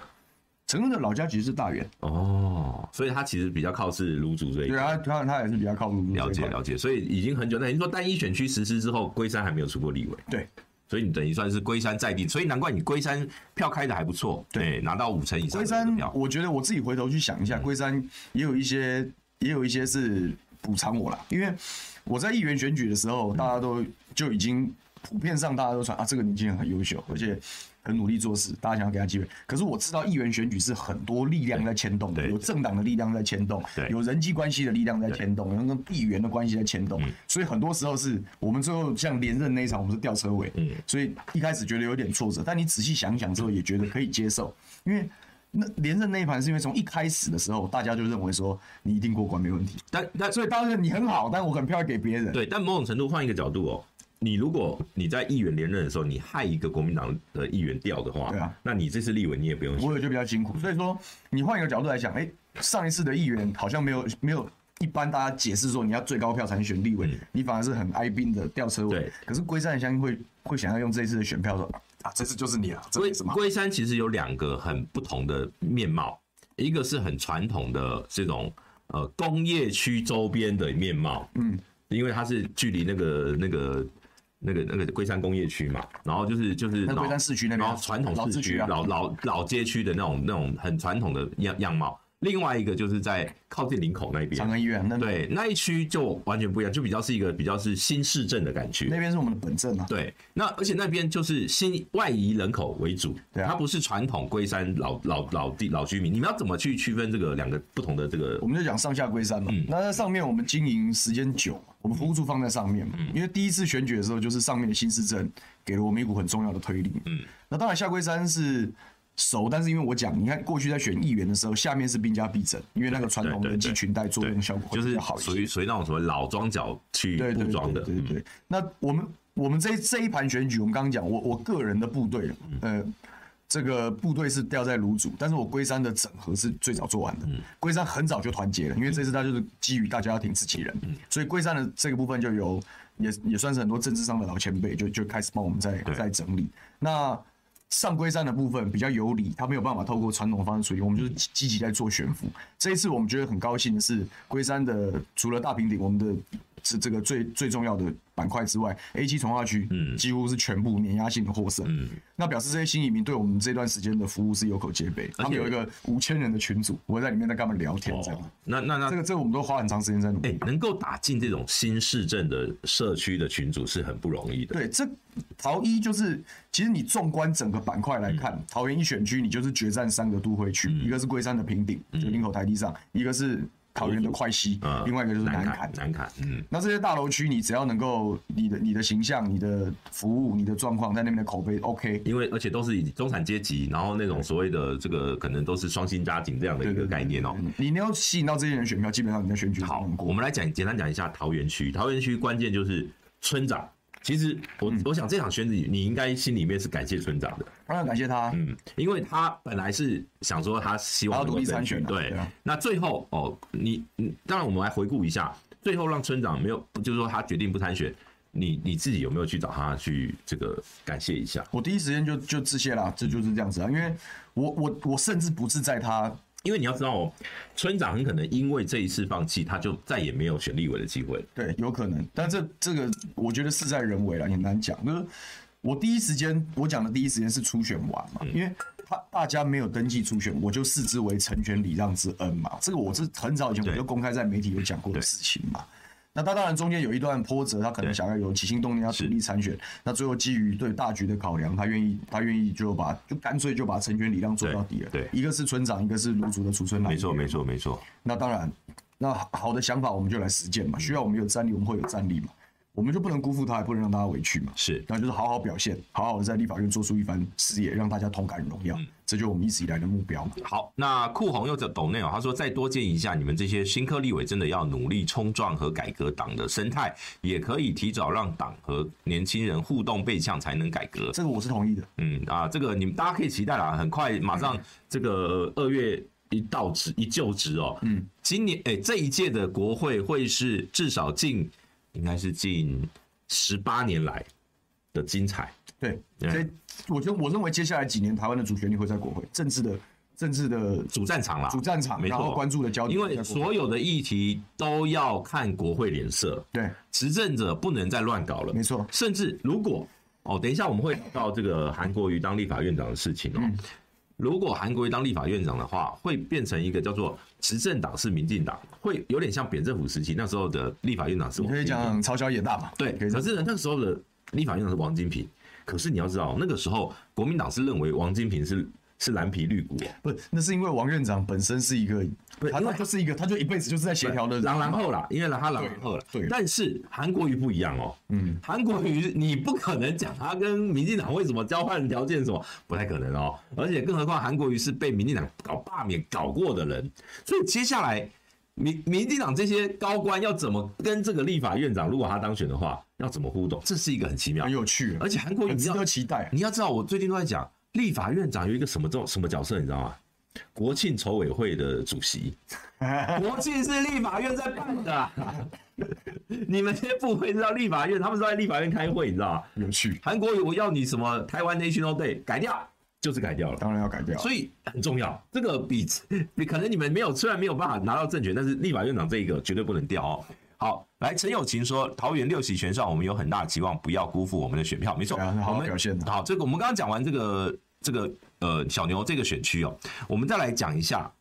[SPEAKER 1] 陈恩的老家其实是大园，
[SPEAKER 2] 哦，所以他其实比较靠是芦竹这一
[SPEAKER 1] 对
[SPEAKER 2] 边。
[SPEAKER 1] 啊，他他也是比较靠泸州这一
[SPEAKER 2] 了解
[SPEAKER 1] 块
[SPEAKER 2] 了解，所以已经很久。那您说单一选区实施之后，龟山还没有出过立委，
[SPEAKER 1] 对。
[SPEAKER 2] 所以你等于算是龟山在地，所以难怪你龟山票开的还不错，对，拿到五成以
[SPEAKER 1] 龟
[SPEAKER 2] 上的嗯这个
[SPEAKER 1] 山，
[SPEAKER 2] 票。
[SPEAKER 1] 我觉得我自己回头去想一下，龟山也有一些，也有一些是补偿我啦，因为我在议员选举的时
[SPEAKER 2] 嗯
[SPEAKER 1] 候，大家都就已经普遍上大家都传啊，这个年轻人很优秀，而且很努力做事，大家想要给他机会。可是我知道议员选举是很多力量在牵动的，
[SPEAKER 2] 对
[SPEAKER 1] 有政党的力量在牵动
[SPEAKER 2] 对，
[SPEAKER 1] 有人际关系的力量在牵动，有跟议员的关系在牵动，所以很多时候是我们最后像连任那一场，我们是吊车尾，所以一开始觉得有点挫折，但你仔细想想之后，也觉得可以接受，因为。那连任那一盘是因为从一开始的时候，大家就认为说你一定过关没问题，
[SPEAKER 2] 但但
[SPEAKER 1] 所以当然你很好，但我很票给别人。
[SPEAKER 2] 对，但某种程度换一个角度哦，你如果你在议员连任的时候，你害一个国民党的议员掉的话，
[SPEAKER 1] 对啊，
[SPEAKER 2] 那你这次立委你也不用选。
[SPEAKER 1] 我也就比较辛
[SPEAKER 2] 嗯
[SPEAKER 1] 苦。所以说，你换一个角度来讲，哎、上一次的议员好像没有没有一般大家解释说你要最高票才能选立委，你反而是很哀兵的吊车尾
[SPEAKER 2] 嗯对。
[SPEAKER 1] 可是龟山相信会会想要用这一次的选票说啊，这次就是你了，这
[SPEAKER 2] 龟
[SPEAKER 1] 没什么好。
[SPEAKER 2] 龟山其实有两个很不同的面貌，一个是很传统的这种呃工业区周边的面貌，嗯，因为它是距离那个那个那个那个龟山工业区嘛，然后就是就是
[SPEAKER 1] 那
[SPEAKER 2] 老
[SPEAKER 1] 龟山市区那边
[SPEAKER 2] 然后传统市区
[SPEAKER 1] 老市区啊
[SPEAKER 2] 老老老街区的那种那种很传统的样样貌。另外一个就是在靠近林口那边
[SPEAKER 1] 长，庚医院啊那
[SPEAKER 2] 对那一区就完全不一样，就比较是一个比较是新市镇的感觉。
[SPEAKER 1] 那边是我们的本镇啊，
[SPEAKER 2] 对，那而且那边就是新外移人口为主，
[SPEAKER 1] 对啊
[SPEAKER 2] 它不是传统龟山老老老地老居民。你们要怎么去区分这个两个不同的这个
[SPEAKER 1] 我？们就讲上下龟山嘛。
[SPEAKER 2] 嗯
[SPEAKER 1] 那在上面我们经营时间久嘛，我们服务处放在上面嘛，
[SPEAKER 2] 嗯
[SPEAKER 1] 因为第一次选举的时候，就是上面的新市镇给了我们一股很重要的推力。嗯，那当然下龟山是。熟，但是因为我讲，你看过去在选议员的时候，下面是兵家必争，因为那个传统
[SPEAKER 2] 对对
[SPEAKER 1] 人际
[SPEAKER 2] 对
[SPEAKER 1] 裙带作用效果会
[SPEAKER 2] 就
[SPEAKER 1] 比
[SPEAKER 2] 是
[SPEAKER 1] 较好一些。
[SPEAKER 2] 属于属于那种什么老庄脚去
[SPEAKER 1] 对
[SPEAKER 2] 布
[SPEAKER 1] 对
[SPEAKER 2] 庄的，嗯
[SPEAKER 1] 对对对对。那我们我们这这一盘选举，我们刚刚讲，我我个人的部队，
[SPEAKER 2] 嗯
[SPEAKER 1] 呃，这个部队是掉在卢主，但是我龟山的整合是最早做完
[SPEAKER 2] 嗯
[SPEAKER 1] 的。龟山很早就团结了，因为这次他就是基于大家要挺自己人，
[SPEAKER 2] 嗯
[SPEAKER 1] 所以龟山的这个部分就由也也算是很多政治上的老前辈就就开始帮我们在在整理。那上龟山的部分比较有理，他没有办法透过传统的方式处理，我们就是积积极在做悬浮。这一次我们觉得很高兴的是，龟山的除了大平顶，我们的这这个最最重要的板块之外，A 七从化区
[SPEAKER 2] 嗯
[SPEAKER 1] 几乎是全部碾压性的获胜。那表示这些新移民对我们这段时间的服务是有口皆碑。
[SPEAKER 2] 而且
[SPEAKER 1] 他们有一个五千人的群组，我在里面在跟他们聊天这样。
[SPEAKER 2] 哦，那那那
[SPEAKER 1] 这个这个我们都花很长时间在努力。
[SPEAKER 2] 哎、能够打进这种新市镇的社区的群组是很不容易的。
[SPEAKER 1] 对，这桃一就是，其实你纵观整个板块来看，
[SPEAKER 2] 嗯
[SPEAKER 1] 桃园一选区你就是决战三个都会区，一个是龟山的平顶，就林口台地上；一个是桃园的快西，
[SPEAKER 2] 嗯
[SPEAKER 1] 另外一个就是南
[SPEAKER 2] 坎
[SPEAKER 1] 坎。
[SPEAKER 2] 南坎，嗯，
[SPEAKER 1] 那这些大楼区，你只要能够你的你的形象、你的服务、你的状况在那边的口碑 OK，
[SPEAKER 2] 因为而且都是以中产阶级，然后那种所谓的这个可能都是双薪家庭这样的一个概念哦、
[SPEAKER 1] 你能够吸引到这些人选票，基本上你在选举
[SPEAKER 2] 好
[SPEAKER 1] 能，过
[SPEAKER 2] 我。们来讲简单讲一下桃园区。桃园区关键就是村长其实我、我想这场选举，你应该心里面是感谢村长的，
[SPEAKER 1] 当然感谢他，
[SPEAKER 2] 嗯，哦因为他本来是想说他希望
[SPEAKER 1] 他要独立
[SPEAKER 2] 能够争
[SPEAKER 1] 参选
[SPEAKER 2] 取
[SPEAKER 1] 啊
[SPEAKER 2] 对，
[SPEAKER 1] 对啊
[SPEAKER 2] 那最后哦，你你当然我们来回顾一下，最后让村长没有，就是说他决定不参选，你你自己有没有去找他去这个感谢一下？
[SPEAKER 1] 我第一时间就就致谢啦，这就是这样子啊，因为我我我甚至不是在他
[SPEAKER 2] 因为你要知道、哦，村长很可能因为这一次放弃，他就再也没有选立委的机会了。
[SPEAKER 1] 对，有可能，但这这个我觉得事在人为了，也很难讲。就是我第一时间我讲的第一时间是初选完嘛，
[SPEAKER 2] 嗯
[SPEAKER 1] 因为他大家没有登记初选，我就视之为成全礼让之恩嘛。这个我是很早以前我
[SPEAKER 2] 对
[SPEAKER 1] 就公开在媒体有讲过的
[SPEAKER 2] 对
[SPEAKER 1] 事情嘛。那他当然中间有一段波折，他可能
[SPEAKER 2] 对
[SPEAKER 1] 想要有起心动念要独立参选，那最后基于对大局的考量，他愿意他愿意就把就干脆就把成全礼让做到底了。
[SPEAKER 2] 对对
[SPEAKER 1] 一个是村长，一个是卢竹的储村来。
[SPEAKER 2] 没错，没错，没错。
[SPEAKER 1] 那当然，那好的想法我们就来实
[SPEAKER 2] 嗯
[SPEAKER 1] 践嘛。需要我们有战力，我们会有战力嘛。我们就不能辜负他，也不能让大家委屈嘛。
[SPEAKER 2] 是
[SPEAKER 1] 那就是好好表现，好好的在立法院做出一番事业，让大家同感荣耀，
[SPEAKER 2] 嗯
[SPEAKER 1] 这就是我们一直以来的目标嘛。
[SPEAKER 2] 好，那酷红又抖内哦，他说再多建议一下，你们这些新科立委真的要努力冲撞和改革党的生态，也可以提早让党和年轻人互动被呛，才能改革。
[SPEAKER 1] 这个我是同意的。
[SPEAKER 2] 嗯啊，这个你们大家可以期待啦，很快马上这个呃二月一到职一就职哦，嗯，今年哎、这一届的国会会是至少近应该是近十八年来的精彩，
[SPEAKER 1] 对，
[SPEAKER 2] 对
[SPEAKER 1] 所以我觉得我认为接下来几年台湾的主旋律会在国会政治的政治的
[SPEAKER 2] 主战场啦，
[SPEAKER 1] 主战场，
[SPEAKER 2] 啊没
[SPEAKER 1] 然后
[SPEAKER 2] 错，
[SPEAKER 1] 关注的焦点
[SPEAKER 2] 因
[SPEAKER 1] 在
[SPEAKER 2] 为
[SPEAKER 1] 国会
[SPEAKER 2] 所有的议题都要看国会脸色，
[SPEAKER 1] 对，
[SPEAKER 2] 执政者不能再乱搞了
[SPEAKER 1] 没。错，
[SPEAKER 2] 甚至如果哦，等一下我们会聊到这个韩国瑜当立法院长的事情哦。
[SPEAKER 1] 嗯
[SPEAKER 2] 如果韩国瑜当立法院长的话，会变成一个叫做执政党是民进党，会有点像扁政府时期那时候的立法院长是
[SPEAKER 1] 你
[SPEAKER 2] 王
[SPEAKER 1] 可以
[SPEAKER 2] 金平。
[SPEAKER 1] 讲朝小野大嘛，
[SPEAKER 2] 对，
[SPEAKER 1] 可以
[SPEAKER 2] 可是呢，那时候的立法院长是王金平。可是你要知道，那个时候国民党是认为王金平是是蓝皮绿骨哦、
[SPEAKER 1] 不是，那是因为王院长本身是一个，
[SPEAKER 2] 不
[SPEAKER 1] 他
[SPEAKER 2] 因为
[SPEAKER 1] 他就是一个，他就一辈子就是在协调的人
[SPEAKER 2] 狼
[SPEAKER 1] 嘛，
[SPEAKER 2] 狼后啦，因为他狼狼后了。
[SPEAKER 1] 对对
[SPEAKER 2] 但是韩国瑜不一样哦。嗯，韩国瑜你不可能讲他跟民进党为什么交换条件什么，不太可能哦。而且更何况韩国瑜是被民进党搞罢免搞过的人，所以接下来民民进党这些高官要怎么跟这个立法院长，如果他当选的话，要怎么互动，这是一个很奇妙
[SPEAKER 1] 很。有趣，
[SPEAKER 2] 而且韩国瑜
[SPEAKER 1] 哎很
[SPEAKER 2] 你
[SPEAKER 1] 值
[SPEAKER 2] 要
[SPEAKER 1] 得期待。啊
[SPEAKER 2] 你要知道，我最近都在讲立法院长有一个什么这种什么角色，你知道吗？国庆筹委会的主席，国庆是立法院在办的啊、 你们这些部会知道立法院，他们是在立法院开会，你知道吗？
[SPEAKER 1] 有趣，
[SPEAKER 2] 韩国有要你什么台湾 National Day 改掉，就是改掉了。
[SPEAKER 1] 当然要改掉。啊
[SPEAKER 2] 所以很重要。这个比 比可能你们没有，虽然没有办法拿到政权，但是立法院长这一个绝对不能掉哦。好，来陈友琴说，桃园六席选上，我们有很大的期望，不要辜负我们的选票。没错，
[SPEAKER 1] 对啊好好
[SPEAKER 2] 我们
[SPEAKER 1] 表现啊
[SPEAKER 2] 好，这个我们刚刚讲完这个这个呃小牛这个选区哦，我们再来讲一下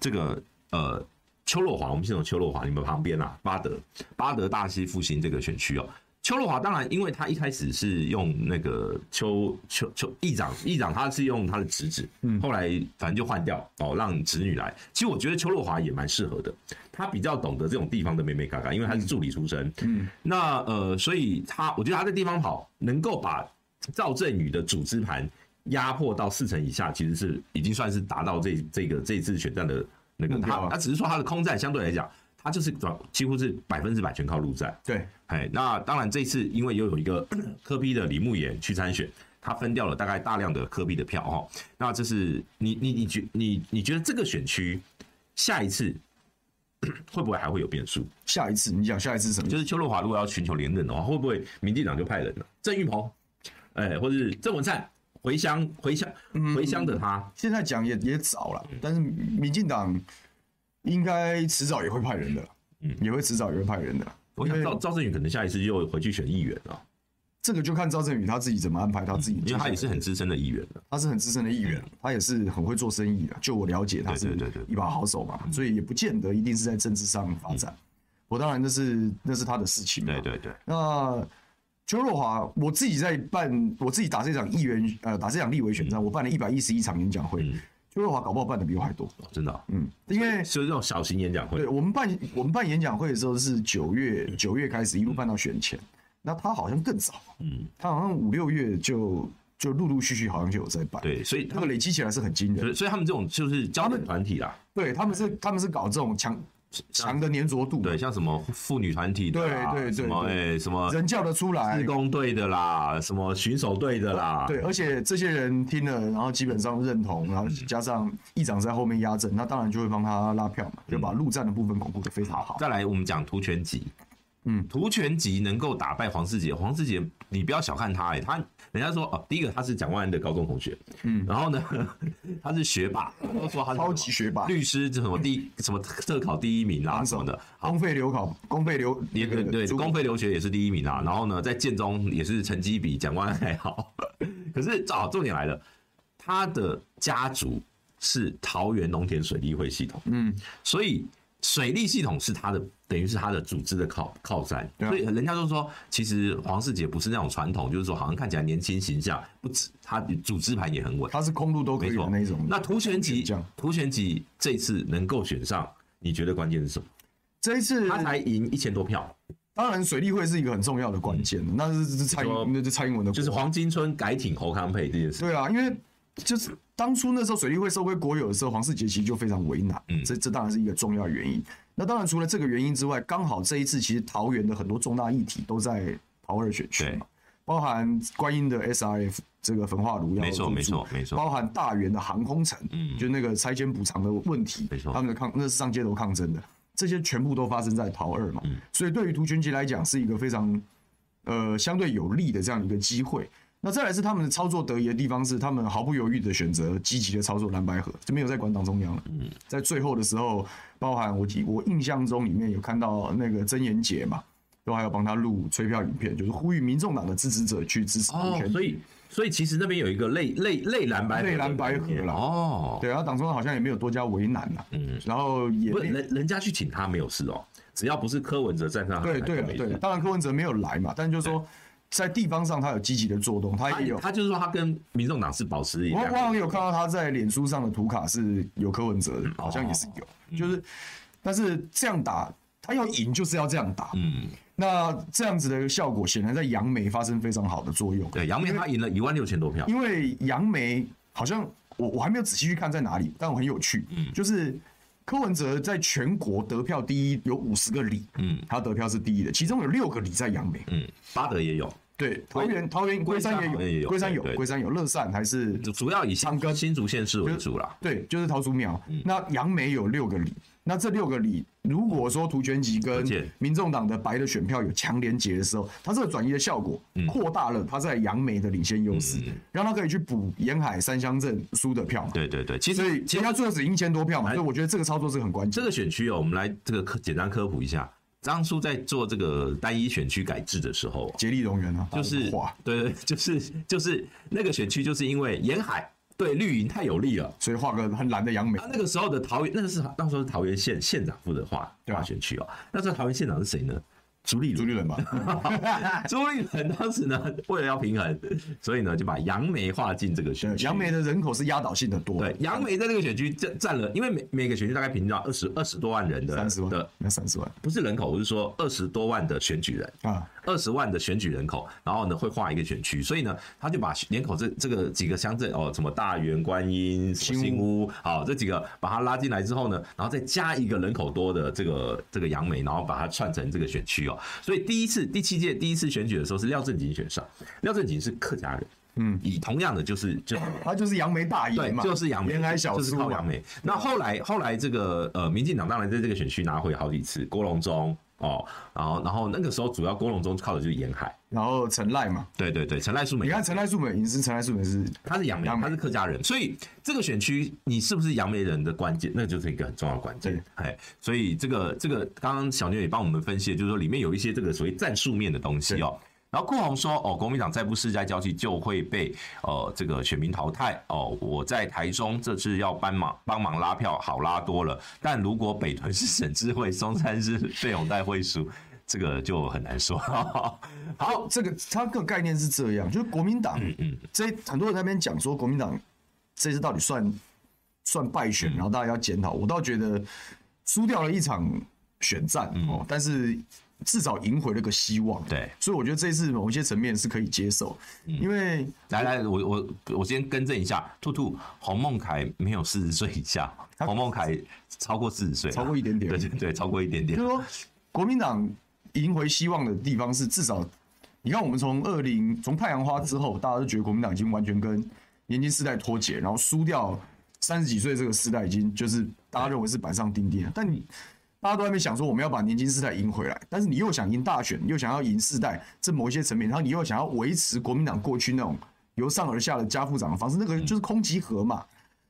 [SPEAKER 2] 这个呃邱若华，我们先从邱若华你们旁边啊，巴德巴德大溪复兴这个选区哦。邱若华当然，因为他一开始是用那个邱邱邱议长，议长他是用他的侄子，嗯，后来反正就换掉哦，让侄女来。其实我觉得邱若华也蛮适合的，他比较懂得这种地方的美美嘎嘎，因为他是助理出身，嗯，那呃，所以他我觉得他在地方跑能够把赵振宇的组织盘压迫到四成以下，其实是已经算是达到这这个这次选战的那个
[SPEAKER 1] 目标
[SPEAKER 2] 他
[SPEAKER 1] 啊
[SPEAKER 2] 他只是说他的空战相对来讲，他就是转几乎是百分之百全靠陆战。
[SPEAKER 1] 对，
[SPEAKER 2] 哎，那当然这次因为又有一个 科批的李慕言去参选，他分掉了大概大量的科批的票哈。那这是你你你觉你你觉得这个选区下一次 会不会还会有变数？
[SPEAKER 1] 下一次你讲下一次什么？
[SPEAKER 2] 就是邱若华如果要寻求连任的话，会不会民进党就派人了？郑玉鹏，哎、或是郑文灿回乡回乡回乡的他，
[SPEAKER 1] 现在讲也也早了，
[SPEAKER 2] 嗯
[SPEAKER 1] 但是民进党应该迟早也会派人的啦，也会迟早也会派人的啦。
[SPEAKER 2] 嗯我想
[SPEAKER 1] 因为
[SPEAKER 2] 赵赵正宇可能下一次又回去选议员了，
[SPEAKER 1] 这个就看赵振宇他自己怎么安排他自己，
[SPEAKER 2] 因嗯为他也是很资深的议员了。
[SPEAKER 1] 他是很资深的议员，他也是很会做生意的。就我了解，他
[SPEAKER 2] 对
[SPEAKER 1] 是
[SPEAKER 2] 对对对嗯
[SPEAKER 1] 一把好手嘛，所以也不见得一定是在政治上发展。我当然那是那是他的事情嘛。
[SPEAKER 2] 对对对，
[SPEAKER 1] 那邱若华，啊我自己在办，我自己打这场议员呃打这场立委选战，我办了一百一十一场演讲会，邱若华啊搞不好办的比我还多。
[SPEAKER 2] 哦真的哦、
[SPEAKER 1] 嗯，因为
[SPEAKER 2] 是这种小型演讲会
[SPEAKER 1] 对，我们办我们办演讲会的时候是九月九月开始，一路办到选前。那他好像更早，嗯，他好像五六月就就陆陆续续好像就有在办，，
[SPEAKER 2] 对，所以
[SPEAKER 1] 那
[SPEAKER 2] 他
[SPEAKER 1] 个
[SPEAKER 2] 们
[SPEAKER 1] 累积起来是很惊人
[SPEAKER 2] 所
[SPEAKER 1] 的。
[SPEAKER 2] 以所以他们这种就是交流团体啦，
[SPEAKER 1] 对，他们是他们是搞这种强强的粘着度，
[SPEAKER 2] 对，像什么妇女团体的啦，
[SPEAKER 1] 嗯对对对
[SPEAKER 2] 什么
[SPEAKER 1] 对
[SPEAKER 2] 哎什么
[SPEAKER 1] 人叫得出来
[SPEAKER 2] 自，工队的啦，什么巡守队的啦，
[SPEAKER 1] 哦对，而且这些人听了，然后基本上认同，然后加上议长在后面压阵，那当然就会帮他拉票嘛，
[SPEAKER 2] 嗯
[SPEAKER 1] 就把陆战的部分巩固的非常好。
[SPEAKER 2] 再来，我们讲涂全集。
[SPEAKER 1] 嗯
[SPEAKER 2] 涂全集能够打败黄世杰，黄世杰你不要小看他、欸，他人家说哦，第一个他是蒋万安的高中同学，嗯，然后呢 他是学霸，都说他是
[SPEAKER 1] 超级学霸
[SPEAKER 2] 律师，这什么第什么特考第一名啦、什么的，
[SPEAKER 1] 公费留考，公费留
[SPEAKER 2] 也对对，公费留学也是第一名啊。然后呢，在建中也是成绩比蒋万安还好。 可是哦，重点来了，他的家族是桃园农田水利会系统，嗯，所以水利系统是他的，等于是他的组织的靠靠山。
[SPEAKER 1] 对啊
[SPEAKER 2] 所以人家就说，其实黄世杰不是那种传统，就是说好像看起来年轻形象，不止他组织盘也很稳。
[SPEAKER 1] 他是空路都可以
[SPEAKER 2] 没
[SPEAKER 1] 的
[SPEAKER 2] 错，
[SPEAKER 1] 那一种。
[SPEAKER 2] 那涂全集
[SPEAKER 1] 这样，
[SPEAKER 2] 涂全集这次能够选上，你觉得关键是什么？
[SPEAKER 1] 这一次
[SPEAKER 2] 他才赢一千多票。
[SPEAKER 1] 当然水利会是一个很重要的关键，那是是蔡
[SPEAKER 2] 嗯说
[SPEAKER 1] 英那是蔡英文的
[SPEAKER 2] 就是
[SPEAKER 1] 国
[SPEAKER 2] 黄金村改挺侯康配这件事。
[SPEAKER 1] 对啊，因为就是当初那时候水利会收归国有的时候，黄世杰其实就非常为难，
[SPEAKER 2] 嗯
[SPEAKER 1] 这这当然是一个重要原因。那当然除了这个原因之外，刚好这一次其实桃园的很多重大议题都在桃二选区
[SPEAKER 2] 对
[SPEAKER 1] 嘛，包含观音的 SRF 这个焚化炉要
[SPEAKER 2] 没错，
[SPEAKER 1] 入驻
[SPEAKER 2] 没错，没错。
[SPEAKER 1] 包含大原的航空城，
[SPEAKER 2] 嗯
[SPEAKER 1] 就那个拆迁补偿的问题，
[SPEAKER 2] 没错
[SPEAKER 1] 他们的抗那是上街头抗争的，这些全部都发生在桃二嘛，
[SPEAKER 2] 嗯
[SPEAKER 1] 所以对于涂全集来讲是一个非常呃相对有利的这样一个机会。那再来是他们的操作得宜的地方是，他们毫不犹豫的选择积极的操作蓝白河，就没有在管党中央了。嗯，在最后的时候，包含我记我印象中里面有看到那个曾言杰嘛，都还有帮他录吹票影片，就是呼吁民众党的支持者去支持涂
[SPEAKER 2] 哦
[SPEAKER 1] 全，集。
[SPEAKER 2] 所以所以其实那边有一个类类类蓝白合的
[SPEAKER 1] 类蓝白合啦
[SPEAKER 2] 哦，
[SPEAKER 1] 对，然后党中央好像也没有多加为难呐、嗯，然后也
[SPEAKER 2] 不是人人家去请他没有事哦，只要不是柯文哲站上
[SPEAKER 1] 对
[SPEAKER 2] 来
[SPEAKER 1] 对
[SPEAKER 2] 就
[SPEAKER 1] 啊
[SPEAKER 2] 没
[SPEAKER 1] 对啊，
[SPEAKER 2] 事。
[SPEAKER 1] 当然柯文哲没有来嘛，但就是说在地方上他有积极的做动，他
[SPEAKER 2] 他
[SPEAKER 1] 也有。
[SPEAKER 2] 他就是说他跟民众党是保持一
[SPEAKER 1] 我
[SPEAKER 2] 样
[SPEAKER 1] 我好像有看到他在脸书上的图卡是有柯文
[SPEAKER 2] 嗯
[SPEAKER 1] 哲的，好像也
[SPEAKER 2] 哦
[SPEAKER 1] 是有，就是但是这样打他要赢就是要这样打，
[SPEAKER 2] 嗯，
[SPEAKER 1] 那这样子的效果显然在杨梅发生非常好的作用，
[SPEAKER 2] 对，杨梅他赢了一万六千多票，
[SPEAKER 1] 因为杨梅好像我我还没有仔细去看在哪里，但我很有趣，就是柯文哲在全国得票第一有五十个里，
[SPEAKER 2] 嗯
[SPEAKER 1] 他得票是第一的，其中有六个里在杨梅，
[SPEAKER 2] 嗯，巴德也有，
[SPEAKER 1] 对，桃园桃园龟山
[SPEAKER 2] 龟山
[SPEAKER 1] 也
[SPEAKER 2] 也
[SPEAKER 1] 有，
[SPEAKER 2] 有
[SPEAKER 1] 龟山有
[SPEAKER 2] 对对
[SPEAKER 1] 龟山有，乐善还是
[SPEAKER 2] 主要以新
[SPEAKER 1] 根
[SPEAKER 2] 新竹县市为主啦。
[SPEAKER 1] 对，就是桃竹苗。那杨梅有六个里，那这六个里，如果说涂全集跟
[SPEAKER 2] 而且
[SPEAKER 1] 民众党的白的选票有强连结的时候，它这个转移的效果扩大了它在杨梅的领先优势，让它可以去补沿海三乡镇输的票嘛。
[SPEAKER 2] 对对对，其
[SPEAKER 1] 所
[SPEAKER 2] 实
[SPEAKER 1] 以
[SPEAKER 2] 其
[SPEAKER 1] 其
[SPEAKER 2] 实
[SPEAKER 1] 他最后只赢一千多票嘛，
[SPEAKER 2] 哎
[SPEAKER 1] 所以我觉得这个操作是很关
[SPEAKER 2] 这
[SPEAKER 1] 键。
[SPEAKER 2] 个选区哦，我们来这个科简单科普一下，当初在做这个单一选区改制的时候，
[SPEAKER 1] 竭力容忍啊，
[SPEAKER 2] 就是
[SPEAKER 1] 话，
[SPEAKER 2] 对对，就是就是那个选区，就是因为沿海对绿营太有利了。
[SPEAKER 1] 所以画个很蓝的杨梅
[SPEAKER 2] 他、，啊那个时候的桃园，那个是那时候是桃园县县长负责划
[SPEAKER 1] 对啊
[SPEAKER 2] 划选区哦。那时候桃园县长是谁呢？朱立
[SPEAKER 1] 朱
[SPEAKER 2] 伦。啊
[SPEAKER 1] 立伦吧，
[SPEAKER 2] 朱立伦当时呢，为了要平衡，所以呢就把杨梅划进这个
[SPEAKER 1] 对
[SPEAKER 2] 选区。
[SPEAKER 1] 杨梅的人口是压倒性的多，
[SPEAKER 2] 对杨梅在这个选区占占了，因为每每个选区大概平均到二十二十多万人的
[SPEAKER 1] 三十万
[SPEAKER 2] 的，，
[SPEAKER 1] 那三十万
[SPEAKER 2] 不是人口，我是说二十多万的选举人。
[SPEAKER 1] 啊，
[SPEAKER 2] 二十万的选举人口，然后呢会划一个选区，所以呢他就把人口这这个几个乡镇哦，什么大园、观音、什么
[SPEAKER 1] 新
[SPEAKER 2] 新屋，好这几个把它拉进来之后呢，然后再加一个人口多的这个这个杨梅，然后把它串成这个选区哦。所以第一次第七届第一次选举的时候是廖正锦选上，廖正锦是客家人，嗯，以同样的就是就是
[SPEAKER 1] 他就是杨梅大爷
[SPEAKER 2] 对，
[SPEAKER 1] 嘛，
[SPEAKER 2] 就是杨梅，
[SPEAKER 1] 沿海小
[SPEAKER 2] 就是
[SPEAKER 1] 苏
[SPEAKER 2] 靠
[SPEAKER 1] 嘛
[SPEAKER 2] 杨。梅。那后来后来这个呃，民进党当然在这个选区拿回好几次，郭荣忠哦，然后然后那个时候主要郭荣忠靠的就是沿海，
[SPEAKER 1] 然后陈赖嘛，
[SPEAKER 2] 对对对，陈赖素
[SPEAKER 1] 你
[SPEAKER 2] 梅，
[SPEAKER 1] 看陈赖素美隐身，陈赖素美是
[SPEAKER 2] 他是杨梅，
[SPEAKER 1] 杨梅
[SPEAKER 2] 他是客家人，所以这个选区你是不是杨梅人的关键，那就是一个很重要的关键
[SPEAKER 1] 对。
[SPEAKER 2] 哎，所以这个这个刚刚小妞也帮我们分析了，就是说里面有一些这个所谓战术面的东西哦。然后顾宏说：“哦，国民党再不世代交替，就会被呃这个选民淘汰。哦，我在台中这次要帮忙帮忙拉票，好拉多了。但如果北屯是沈智慧，松山是费永泰会输，这个就很难说。 好，
[SPEAKER 1] 这个，他个概念是这样，就是国民党，
[SPEAKER 2] 嗯
[SPEAKER 1] 这很多人在那边讲说国民党这次到底算算败选，然后大家要检讨。我倒觉得输掉了一场选战哦，但是至少赢回了个希望。
[SPEAKER 2] 嗯对
[SPEAKER 1] 所以我觉得这次某一些层面是可以接受，因为
[SPEAKER 2] 来来，我我我先更正一下，兔兔，洪孟凯没有四十岁以下，
[SPEAKER 1] 他
[SPEAKER 2] 黄孟凯超过四十岁了，
[SPEAKER 1] 超过一点点
[SPEAKER 2] 对对对，超过一点点
[SPEAKER 1] 就。是说国民党赢回希望的地方是至少，你看我们从二零从太阳花之后，大家都觉得国民党已经完全跟年轻世代脱节，然后输掉三十几岁这个世代已经就是大家认为是板上钉钉了。但你大家都还没想说我们要把年轻世代赢回来，但是你又想赢大选，又想要赢世代，这某一些层面，然后你又想要维持国民党过去那种由上而下的家父长的方式，那个就是空集合嘛。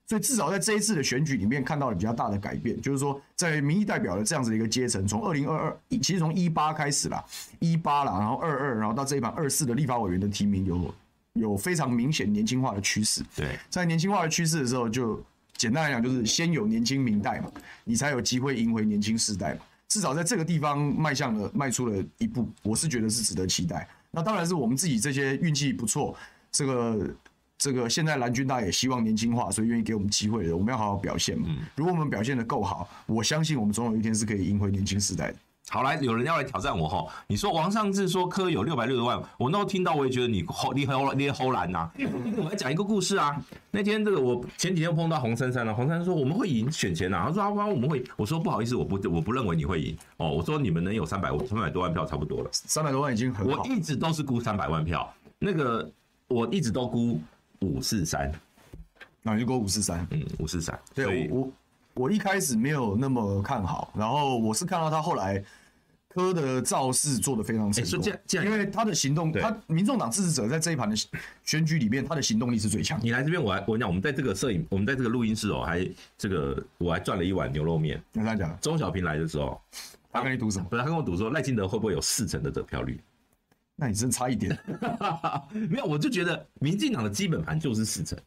[SPEAKER 1] 所以至少在这一次的选举里面看到了比较大的改变，就是说在民意代表的这样子的一个阶层，从二零二二，其实从一八开始啦，一八啦，然后二二，然后到这一版二四的立法委员的提名有有非常明显年轻化的趋势。
[SPEAKER 2] 对，
[SPEAKER 1] 在年轻化的趋势的时候，就简单来讲，就是先有年轻明代嘛，你才有机会赢回年轻世代嘛。至少在这个地方迈向了迈出了一步，我是觉得是值得期待。那当然是我们自己这些运气不错，这个这个现在蓝军大也希望年轻化，所以愿意给我们机会的，我们要好好表现嘛。
[SPEAKER 2] 嗯
[SPEAKER 1] 如果我们表现的够好，我相信我们总有一天是可以赢回年轻世代的。
[SPEAKER 2] 好来，有人要来挑战我哈！你说王尚志说科有六百六十万，我那时候听到我也觉得你齁你齁你齁懒呐。我来讲一个故事啊。那天这个我前几天碰到洪珊珊了，啊洪珊珊说我们会赢选前呐、啊，他说啊，不然我们会，我说不好意思，我不我不认为你会赢哦，我说你们能有三百三百多万票差不多了。
[SPEAKER 1] 三百多万已经很
[SPEAKER 2] 我
[SPEAKER 1] 好，
[SPEAKER 2] 一直都是估三百万票，那个我一直都估五四三，
[SPEAKER 1] 那你就给我五四三。
[SPEAKER 2] 嗯，五四三，所
[SPEAKER 1] 对
[SPEAKER 2] 以
[SPEAKER 1] 我我我一开始没有那么看好，然后我是看到他后来科的造势做得非常成
[SPEAKER 2] 哎所以
[SPEAKER 1] 功
[SPEAKER 2] 这样，这样
[SPEAKER 1] 因为他的行动，
[SPEAKER 2] 对
[SPEAKER 1] 他民众党支持者在这一盘的选举里面，他的行动力是最强的。
[SPEAKER 2] 你来这边，我还我跟你讲，我们在这个摄影，我们在这个录音室哦，还这个我还赚了一碗牛肉面。
[SPEAKER 1] 跟他讲，
[SPEAKER 2] 钟小平来的时候，
[SPEAKER 1] 他跟你赌什么？
[SPEAKER 2] 不是他跟我赌说赖清德会不会有四成的得票率？
[SPEAKER 1] 那你真差一点
[SPEAKER 2] 没有，我就觉得民进党的基本盘就是四成，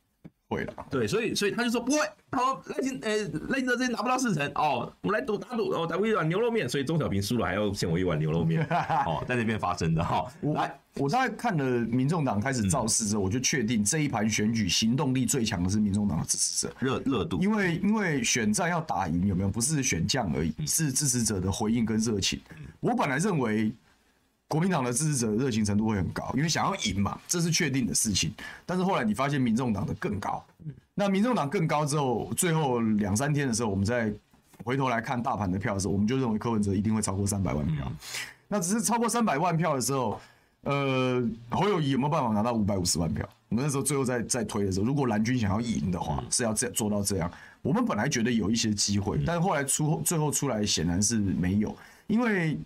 [SPEAKER 1] 会了。
[SPEAKER 2] 对，所以所以他就说不会，他说赖清呃赖清德这次拿不到四成哦，我们来赌打赌哦，打一碗牛肉面，所以钟小平输了还要欠我一碗牛肉 面哦，在那边发生的哈、
[SPEAKER 1] 我
[SPEAKER 2] 来
[SPEAKER 1] 我大概看了民众党开始造势之后，我就确定这一盘选举行动力最强的是民众党的支持者。
[SPEAKER 2] 热热度，
[SPEAKER 1] 因为因为选战要打赢，有没有？不是选将而已，是支持者的回应跟热情。我本来认为国民党的支持者的热情程度会很高，因为想要赢嘛，这是确定的事情。但是后来你发现民众党的更高，那民众党更高之后，最后两三天的时候，我们再回头来看大盘的票的时候，我们就认为柯文哲一定会超过三百万票。那只是超过三百万票的时候，呃，侯友谊有没有办法拿到五百五十万票？我们那时候最后在在推的时候，如果蓝军想要赢的话，是要这做到这样。我们本来觉得有一些机会，但后来出最后出来显然是没有，因为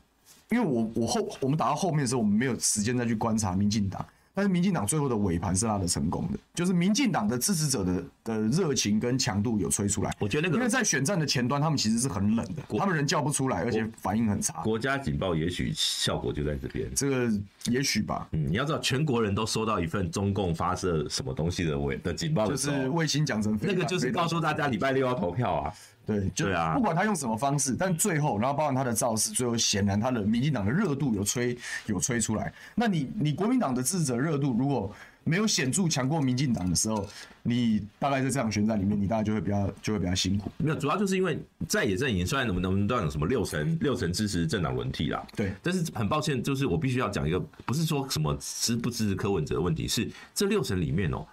[SPEAKER 1] 因为我我后我们打到后面的时候，我们没有时间再去观察民进党，但是民进党最后的尾盘是拉的成功的，就是民进党的支持者的的热情跟强度有吹出来。
[SPEAKER 2] 我觉得那
[SPEAKER 1] 因为
[SPEAKER 2] 个
[SPEAKER 1] 在选战的前端，他们其实是很冷的，他们人叫不出来，而且反应很差。
[SPEAKER 2] 国家警报也许效果就在这边。
[SPEAKER 1] 这个也许吧，
[SPEAKER 2] 嗯，你要知道，全国人都收到一份中共发射什么东西的尾的警报
[SPEAKER 1] 就
[SPEAKER 2] 的时候，
[SPEAKER 1] 是卫星讲成飞
[SPEAKER 2] 哦那
[SPEAKER 1] 弹
[SPEAKER 2] 个就是告诉大家礼拜六要投票啊。
[SPEAKER 1] 对，就
[SPEAKER 2] 对啊
[SPEAKER 1] 不管他用什么方式，但最后，然后包含他的造势，最后显然他的民进党的热度有吹有吹出来。那你你国民党的支持者热度如果没有显著强过民进党的时候，你大概在这场选战里面，你大概就会比较就会比较辛苦。
[SPEAKER 2] 没有，主要就是因为在野阵营，虽然我们能断有什么六成六成支持政党轮替啦，
[SPEAKER 1] 对，
[SPEAKER 2] 但是很抱歉，就是我必须要讲一个，不是说什么支不支持柯文哲的问题，是这六成里面哦，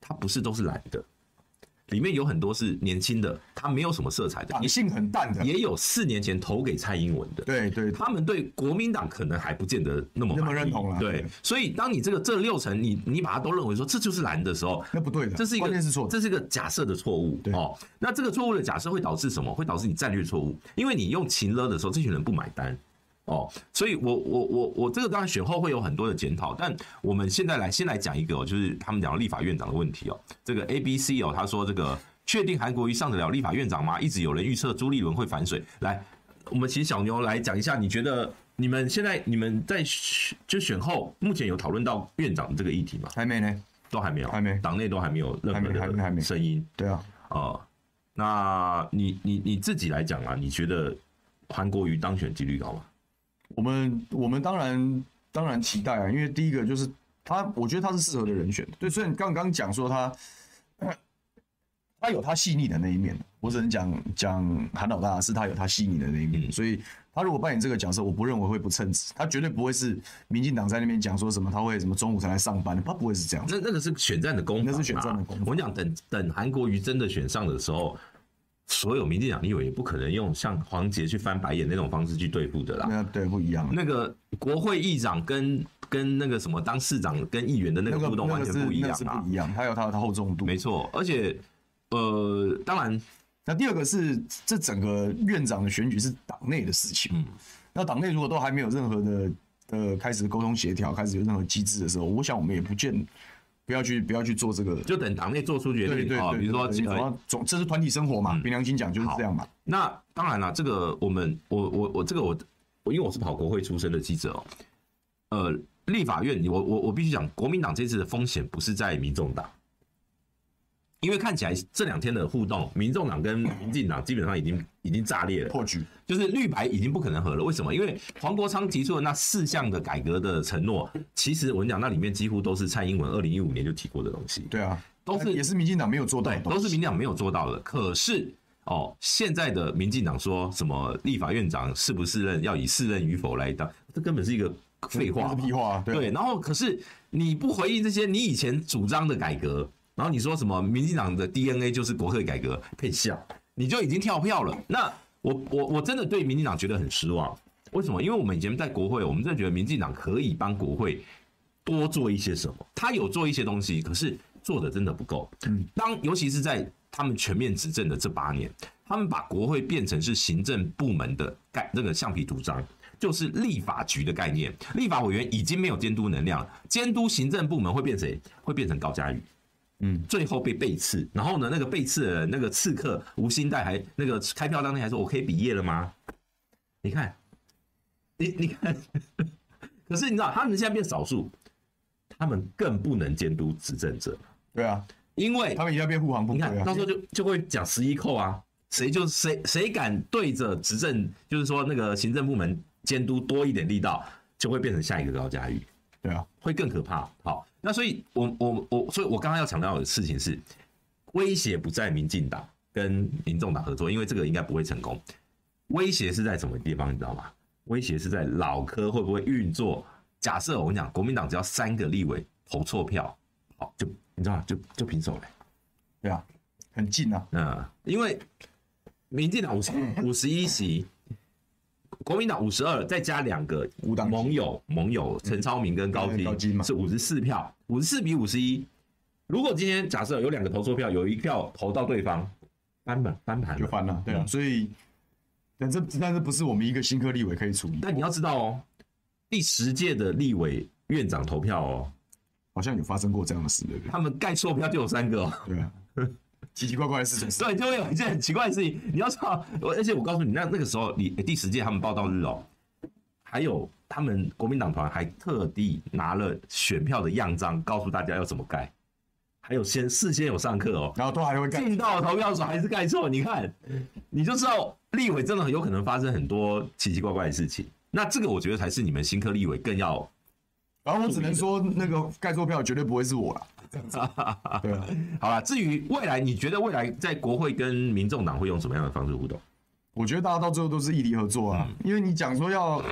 [SPEAKER 2] 他不是都是蓝的，里面有很多是年轻的，他没有什么色彩的，
[SPEAKER 1] 党性很淡啊的，
[SPEAKER 2] 也也有四年前投给蔡英文的，
[SPEAKER 1] 对对
[SPEAKER 2] 他们对国民党可能还不见得那么
[SPEAKER 1] 那么
[SPEAKER 2] 满意
[SPEAKER 1] 认同啦
[SPEAKER 2] 对
[SPEAKER 1] 对，
[SPEAKER 2] 所以当你这个这六层，你你把它都认为说这就是蓝的时候，
[SPEAKER 1] 那不对的，
[SPEAKER 2] 这是一个
[SPEAKER 1] 关键是错的。
[SPEAKER 2] 这是一个假设的错误
[SPEAKER 1] 对
[SPEAKER 2] 哦。那这个错误的假设会导致什么？会导致你战略错误，因为你用情勒的时候，这群人不买单哦。所以我我我我这个当然选后会有很多的检讨，但我们现在来先来讲一个、哦，就是他们讲到立法院长的问题哦。这个 A B C 哦，他说这个确定韩国瑜上得了立法院长吗？一直有人预测朱立伦会反水。来，我们请小牛来讲一下，你觉得？你们现在你们在选就选后，目前有讨论到院长的这个议题吗？
[SPEAKER 1] 还没呢，
[SPEAKER 2] 都还没有，
[SPEAKER 1] 还没
[SPEAKER 2] 党内都还没有任
[SPEAKER 1] 还
[SPEAKER 2] 何
[SPEAKER 1] 没还没还
[SPEAKER 2] 的
[SPEAKER 1] 没
[SPEAKER 2] 声音
[SPEAKER 1] 对啊，
[SPEAKER 2] 啊、呃那你你你自己来讲啊，你觉得韩国瑜当选几率高吗？
[SPEAKER 1] 我们我们当然当然期待啊，因为第一个就是他，我觉得他是适合的人选。对，虽然你刚刚讲说他，他有他细腻的那一面，我只能讲讲韩老大是他有他细腻的那一
[SPEAKER 2] 嗯
[SPEAKER 1] 面，所以他如果扮演这个角色，我不认为会不称职，他绝对不会是民进党在那边讲说什么他会什么中午才来上班的，他不会是这样子。
[SPEAKER 2] 那那个是选战的攻防啊、
[SPEAKER 1] 那是选战的攻防
[SPEAKER 2] 我跟你讲，等等韩国瑜真的选上的时候，所有民进党立委也不可能用像黄杰去翻白眼那种方式去对付的啦。啊
[SPEAKER 1] 那对不一样，啊
[SPEAKER 2] 那个国会议长跟跟那个什么当市长跟议员的那
[SPEAKER 1] 那
[SPEAKER 2] 个
[SPEAKER 1] 个
[SPEAKER 2] 互动
[SPEAKER 1] 那
[SPEAKER 2] 完
[SPEAKER 1] 个
[SPEAKER 2] 全
[SPEAKER 1] 是
[SPEAKER 2] 不一
[SPEAKER 1] 那
[SPEAKER 2] 样
[SPEAKER 1] 个是
[SPEAKER 2] 啊
[SPEAKER 1] 不，一样，它有它的厚重度。
[SPEAKER 2] 没错。而且呃，当然
[SPEAKER 1] 那第二个是这整个院长的选举是党内的事情，
[SPEAKER 2] 嗯
[SPEAKER 1] 那党内如果都还没有任何的呃开始沟通协调，开始有任何机制的时候，我想我们也不见不要去不要去做这个。
[SPEAKER 2] 就等党内做出决
[SPEAKER 1] 对对
[SPEAKER 2] 定
[SPEAKER 1] 对
[SPEAKER 2] 啊，比如说嗯
[SPEAKER 1] 对
[SPEAKER 2] 呃
[SPEAKER 1] 总总这是团体生活嘛，凭良心讲就是这样嘛。
[SPEAKER 2] 那当然了，这个我们我我我这个我我因为我是跑国会出身的记者哦，呃，立法院我我我必须讲，国民党这次的风险不是在民众党，因为看起来这两天的互动，民众党跟民进党基本上已经已经炸裂了，
[SPEAKER 1] 破局，
[SPEAKER 2] 就是绿白已经不可能合了。为什么？因为黄国昌提出的那四项的改革的承诺，其实我跟你讲，那里面几乎都是蔡英文二零一五年就提过的东西，
[SPEAKER 1] 对啊，
[SPEAKER 2] 都是
[SPEAKER 1] 也是民进党没有做到
[SPEAKER 2] 对
[SPEAKER 1] 的，东
[SPEAKER 2] 都
[SPEAKER 1] 西，
[SPEAKER 2] 是民进党没有做到的。可是哦，现在的民进党说什么立法院长是不是任要以是任与否来当，这根本是一个废话
[SPEAKER 1] 那
[SPEAKER 2] 嘛
[SPEAKER 1] 是屁话啊。对
[SPEAKER 2] 对，然后可是你不回应这些你以前主张的改革，然后你说什么民进党的 DNA 就是国会改革，骗笑，你就已经跳票了。那我我我真的对民进党觉得很失望。为什么？因为我们以前在国会，我们真的觉得民进党可以帮国会多做一些什么，他有做一些东西，可是做的真的不够。嗯，当尤其是在他们全面执政的这八年，他们把国会变成是行政部门的概那个橡皮图章，就是立法局的概念。立法委员已经没有监督能量，监督行政部门会变谁？会变成高嘉瑜。嗯，最后被背刺，然后呢，那个被刺的人，那个刺客吴兴代还那个开票当天还说：“我可以毕业了吗？”你看，你你看，可是你知道他们现在变少数，他们更不能监督执政者，
[SPEAKER 1] 对啊，
[SPEAKER 2] 因为
[SPEAKER 1] 他们也要变护航部
[SPEAKER 2] 你
[SPEAKER 1] 队
[SPEAKER 2] 看
[SPEAKER 1] 啊
[SPEAKER 2] 到。时候就就会讲十一扣啊，谁就谁谁敢对着执政，就是说那个行政部门监督多一点力道，就会变成下一个高嘉瑜。
[SPEAKER 1] 对啊，
[SPEAKER 2] 会更可怕。好，那所以我，我我所以，我刚刚要强调的事情是，威胁不在民进党跟民众党合作，因为这个应该不会成功。威胁是在什么地方，你知道吗？威胁是在老科会不会运作。假设我跟你讲，国民党只要三个立委投错票，好，就你知道吗？就就平手了。
[SPEAKER 1] 对啊，很近啊。
[SPEAKER 2] 嗯，因为民进党五十
[SPEAKER 1] 嗯
[SPEAKER 2] 五十一席，国民党五十二，再加两个
[SPEAKER 1] 无党籍
[SPEAKER 2] 盟友盟友陈超明跟高
[SPEAKER 1] 嗯高金
[SPEAKER 2] 金
[SPEAKER 1] 嘛
[SPEAKER 2] 是五十四票，五十四比五十一。如果今天假设有两个投错票，有一票投到对方，翻本翻盘
[SPEAKER 1] 就翻了，对
[SPEAKER 2] 嗯
[SPEAKER 1] 啊，所以，但这但这不是我们一个新科立委可以处理，
[SPEAKER 2] 但你要知道哦，第十届的立委院长投票哦，
[SPEAKER 1] 好像有发生过这样的事，对不对？
[SPEAKER 2] 他们盖错票就有三个哦。
[SPEAKER 1] 对啊，奇奇怪怪的事情是，
[SPEAKER 2] 对，就会有一件很奇怪的事情。你要知道，我而且我告诉你，那那个时候，你第十届他们报道日哦，还有他们国民党团还特地拿了选票的样章，告诉大家要怎么盖，还有先事先有上课哦。
[SPEAKER 1] 然后都还会干，
[SPEAKER 2] 进到投票所还是盖错，你看，你就知道立委真的很有可能发生很多奇奇怪怪的事情。那这个我觉得才是你们新科立委更要
[SPEAKER 1] 然后我只能说那个盖错票绝对不会是我啦，这样子，对啊，
[SPEAKER 2] 好了。至于未来，你觉得未来在国会跟民众党会用什么样的方式互动？
[SPEAKER 1] 我觉得大家到最后都是异地合作啊，因为你讲说要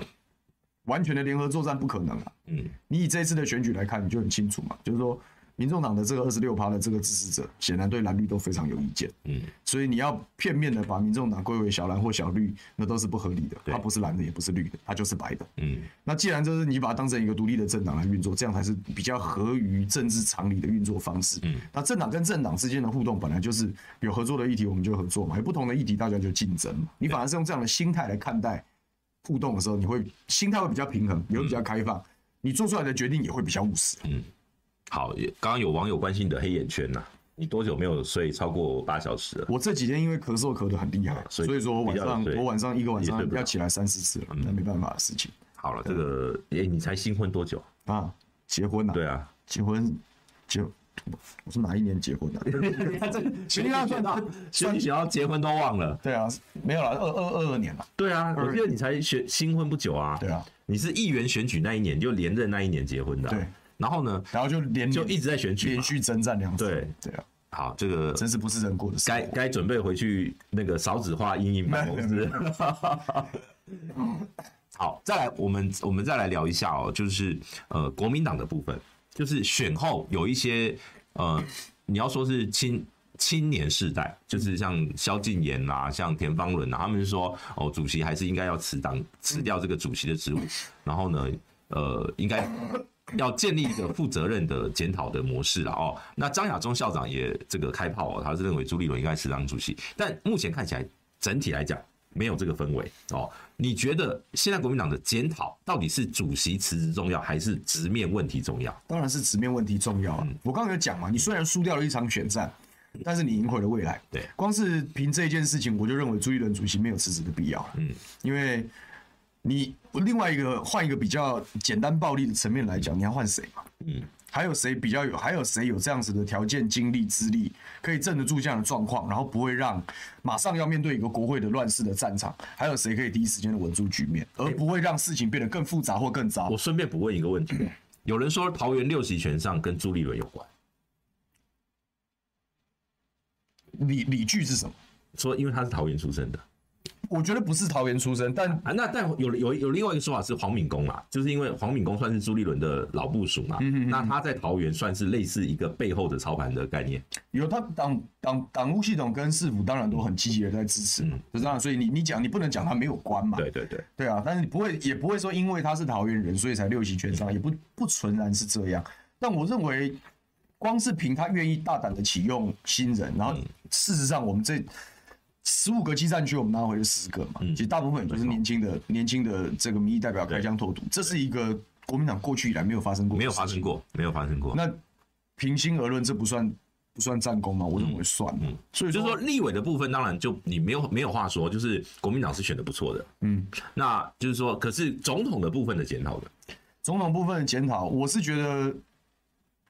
[SPEAKER 1] 完全的联合作战不可能啊，
[SPEAKER 2] 嗯，
[SPEAKER 1] 你以这次的选举来看，你就很清楚嘛，就是说。民众党的这个二十六趴的这个支持者，显然对蓝绿都非常有意见，
[SPEAKER 2] 嗯，
[SPEAKER 1] 所以你要片面的把民众党归为小蓝或小绿，那都是不合理的。
[SPEAKER 2] 对
[SPEAKER 1] 它不是蓝的，也不是绿的，它就是白的。
[SPEAKER 2] 嗯，
[SPEAKER 1] 那既然就是你把它当成一个独立的政党来运作，这样才是比较合于政治常理的运作方式。
[SPEAKER 2] 嗯，
[SPEAKER 1] 那政党跟政党之间的互动本来就是有合作的议题，我们就合作嘛；有不同的议题，大家就竞争嘛。你反而是用这样的心态来看待互动的时候，你会心态会比较平衡，也会比
[SPEAKER 2] 嗯
[SPEAKER 1] 较开放，你做出来的决定也会比较务实。
[SPEAKER 2] 好，也刚刚有网友关心你的黑眼圈呐、你多久没有睡超过八小时了？
[SPEAKER 1] 我这几天因为咳嗽咳得很厉害，
[SPEAKER 2] 所
[SPEAKER 1] 所
[SPEAKER 2] 以
[SPEAKER 1] 以说我晚上
[SPEAKER 2] 比较对
[SPEAKER 1] 我晚上一个晚
[SPEAKER 2] 也睡
[SPEAKER 1] 上
[SPEAKER 2] 不着嗯
[SPEAKER 1] 要起来三四次了，那没办法的事情
[SPEAKER 2] 好了，这个哎、你才新婚多久？
[SPEAKER 1] 啊。结婚了、
[SPEAKER 2] 对啊，
[SPEAKER 1] 结婚结，我是哪一年结婚的、啊
[SPEAKER 2] 你看这个
[SPEAKER 1] 学
[SPEAKER 2] 学
[SPEAKER 1] 历要算
[SPEAKER 2] 到学历想要结婚都忘了。
[SPEAKER 1] 对啊，没有了，二二二二年了。
[SPEAKER 2] 对啊，我记得你才学新婚不久啊。
[SPEAKER 1] 对啊，
[SPEAKER 2] 你是议员选举那一年就连任那一年结婚的啊、
[SPEAKER 1] 对
[SPEAKER 2] 然后呢，
[SPEAKER 1] 然后就连
[SPEAKER 2] 就一直在选举嘛
[SPEAKER 1] 连续征战两次。
[SPEAKER 2] 对
[SPEAKER 1] 对啊，
[SPEAKER 2] 好，这个
[SPEAKER 1] 真是不是人过的事。
[SPEAKER 2] 该该准备回去那个少子化阴影办公
[SPEAKER 1] 没
[SPEAKER 2] 室。 好，再来，我们我们再来聊一下哦，就是呃，国民党的部分，就是选后有一些呃，你要说是亲青年世代，就是像萧敬言啊，像田方伦啊，他们是说哦，主席还是应该要辞党，辞掉这个主席的职务，然后呢，呃，应该要建立一个负责任的检讨的模式了哦。那张亚中校长也这个开炮哦，他是认为朱立伦应该是当主席，但目前看起来整体来讲没有这个氛围哦。你觉得现在国民党的检讨到底是主席辞职重要，还是直面问题重要？
[SPEAKER 1] 当然是直面问题重要啊。我刚刚有讲嘛，你虽然输掉了一场选战，但是你赢回了未来。
[SPEAKER 2] 对
[SPEAKER 1] 光是凭这一件事情，我就认为朱一伦主席没有辞职的必要。嗯，因为你另外一个换一个比较简单暴力的层面来讲，你要换谁嘛？嗯，还有谁比较有？还有谁有这样子的条件、经历、资历，可以镇得住这样的状况，然后不会让马上要面对一个国会的乱世的战场？还有谁可以第一时间的稳住局面，而不会让事情变得更复杂或更糟
[SPEAKER 2] 我？顺便补问一个问题：有人说桃园六席选上跟朱立伦有关，
[SPEAKER 1] 理理据是什么？
[SPEAKER 2] 说因为他是桃园出生的
[SPEAKER 1] 我觉得不是桃园出身，但
[SPEAKER 2] 啊。那但有有有另外一个说法是黄敏公啦，就是因为黄敏公算是朱立伦的老部属嘛，那他在桃园算是类似一个背后的操盘的概念。
[SPEAKER 1] 有他党党党务系统跟市府当然都很积极的在支持嘛，就这样。所以你你讲你不能讲他没有关嘛，
[SPEAKER 2] 嗯对对对，
[SPEAKER 1] 对啊，但是你不会也不会说因为他是桃园人所以才六席全
[SPEAKER 2] 嗯
[SPEAKER 1] 上，也不不纯然是这样。但我认为，光是凭他愿意大胆的启用新人，然后
[SPEAKER 2] 嗯
[SPEAKER 1] 事实上我们这十五个基站区，我们拿回了十个嘛，
[SPEAKER 2] 嗯
[SPEAKER 1] 其实大部分就是年轻的年轻的这个民意代表开疆拓土，这是一个国民党过去以来没有发生过，
[SPEAKER 2] 没有发生。过，没有发生过。
[SPEAKER 1] 那平心而论，这不算不算战功吗？我认为算。嗯，所以
[SPEAKER 2] 就是
[SPEAKER 1] 说
[SPEAKER 2] 说立委的部分，当然就你没有没有话说，就是国民党是选的不错的，
[SPEAKER 1] 嗯，
[SPEAKER 2] 那就是说，可是总统的部分的检讨的，
[SPEAKER 1] 总统部分的检讨，我是觉得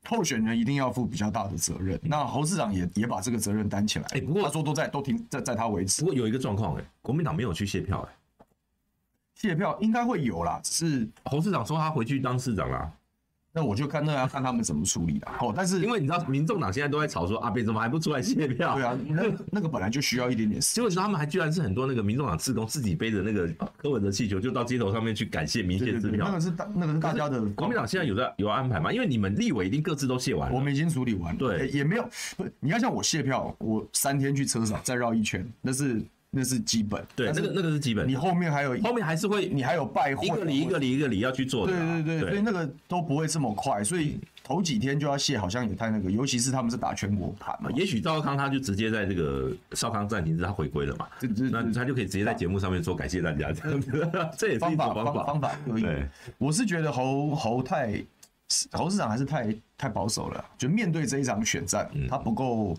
[SPEAKER 1] 候选人一定要负比较大的责任。那侯市长也也把这个责任担起来。
[SPEAKER 2] 哎不过
[SPEAKER 1] 他说都在都停在在他为止
[SPEAKER 2] 不，过有一个状况，哎，国民党没有去卸票、哎，
[SPEAKER 1] 谢票应该会有啦，只是
[SPEAKER 2] 侯市长说他回去当市长啦，
[SPEAKER 1] 那我就看那要看他们怎么处理啦。哦，但是
[SPEAKER 2] 因为你知道，民众党现在都在吵说阿扁怎么还不出来卸票？
[SPEAKER 1] 对啊，那那个本来就需要一点点时
[SPEAKER 2] 结 果你知道他们还居然是很多那个民众党志工自己背着那个柯文哲气球，就到街头上面去感谢民
[SPEAKER 1] 间。
[SPEAKER 2] 间
[SPEAKER 1] 对
[SPEAKER 2] 支
[SPEAKER 1] 对对，那
[SPEAKER 2] 票
[SPEAKER 1] 个。是大那个是大家的
[SPEAKER 2] 国民党现在有在有安排吗？因为你们立委一定各自都卸完
[SPEAKER 1] 我
[SPEAKER 2] 了，
[SPEAKER 1] 们已经处理完了，
[SPEAKER 2] 对
[SPEAKER 1] 也也没有不，你要像我卸票，我三天去车上再绕一圈，那是那是基本，
[SPEAKER 2] 对，
[SPEAKER 1] 但
[SPEAKER 2] 那
[SPEAKER 1] 是
[SPEAKER 2] 个那个是基本
[SPEAKER 1] 你
[SPEAKER 2] 的，
[SPEAKER 1] 后面还有
[SPEAKER 2] 后面还是会
[SPEAKER 1] 你还有拜会，
[SPEAKER 2] 一个里一个里一个里要去做的
[SPEAKER 1] 对
[SPEAKER 2] 啊。
[SPEAKER 1] 对对，所以那个都不会这么快，所以头几天就要卸，好像也太那个，尤其是他们是打全国盘嘛，
[SPEAKER 2] 啊也许赵少康他就直接在这个少康暂停日他回归了嘛，
[SPEAKER 1] 这这
[SPEAKER 2] 那他就可以直接在节目上面说感谢大家这样子， 这也是
[SPEAKER 1] 方
[SPEAKER 2] 一种
[SPEAKER 1] 法
[SPEAKER 2] 方
[SPEAKER 1] 方方
[SPEAKER 2] 法。
[SPEAKER 1] 法可以
[SPEAKER 2] 对。
[SPEAKER 1] 我是觉得侯侯太侯市长还是太太保守了，就面对这一场选战，
[SPEAKER 2] 嗯
[SPEAKER 1] 他不够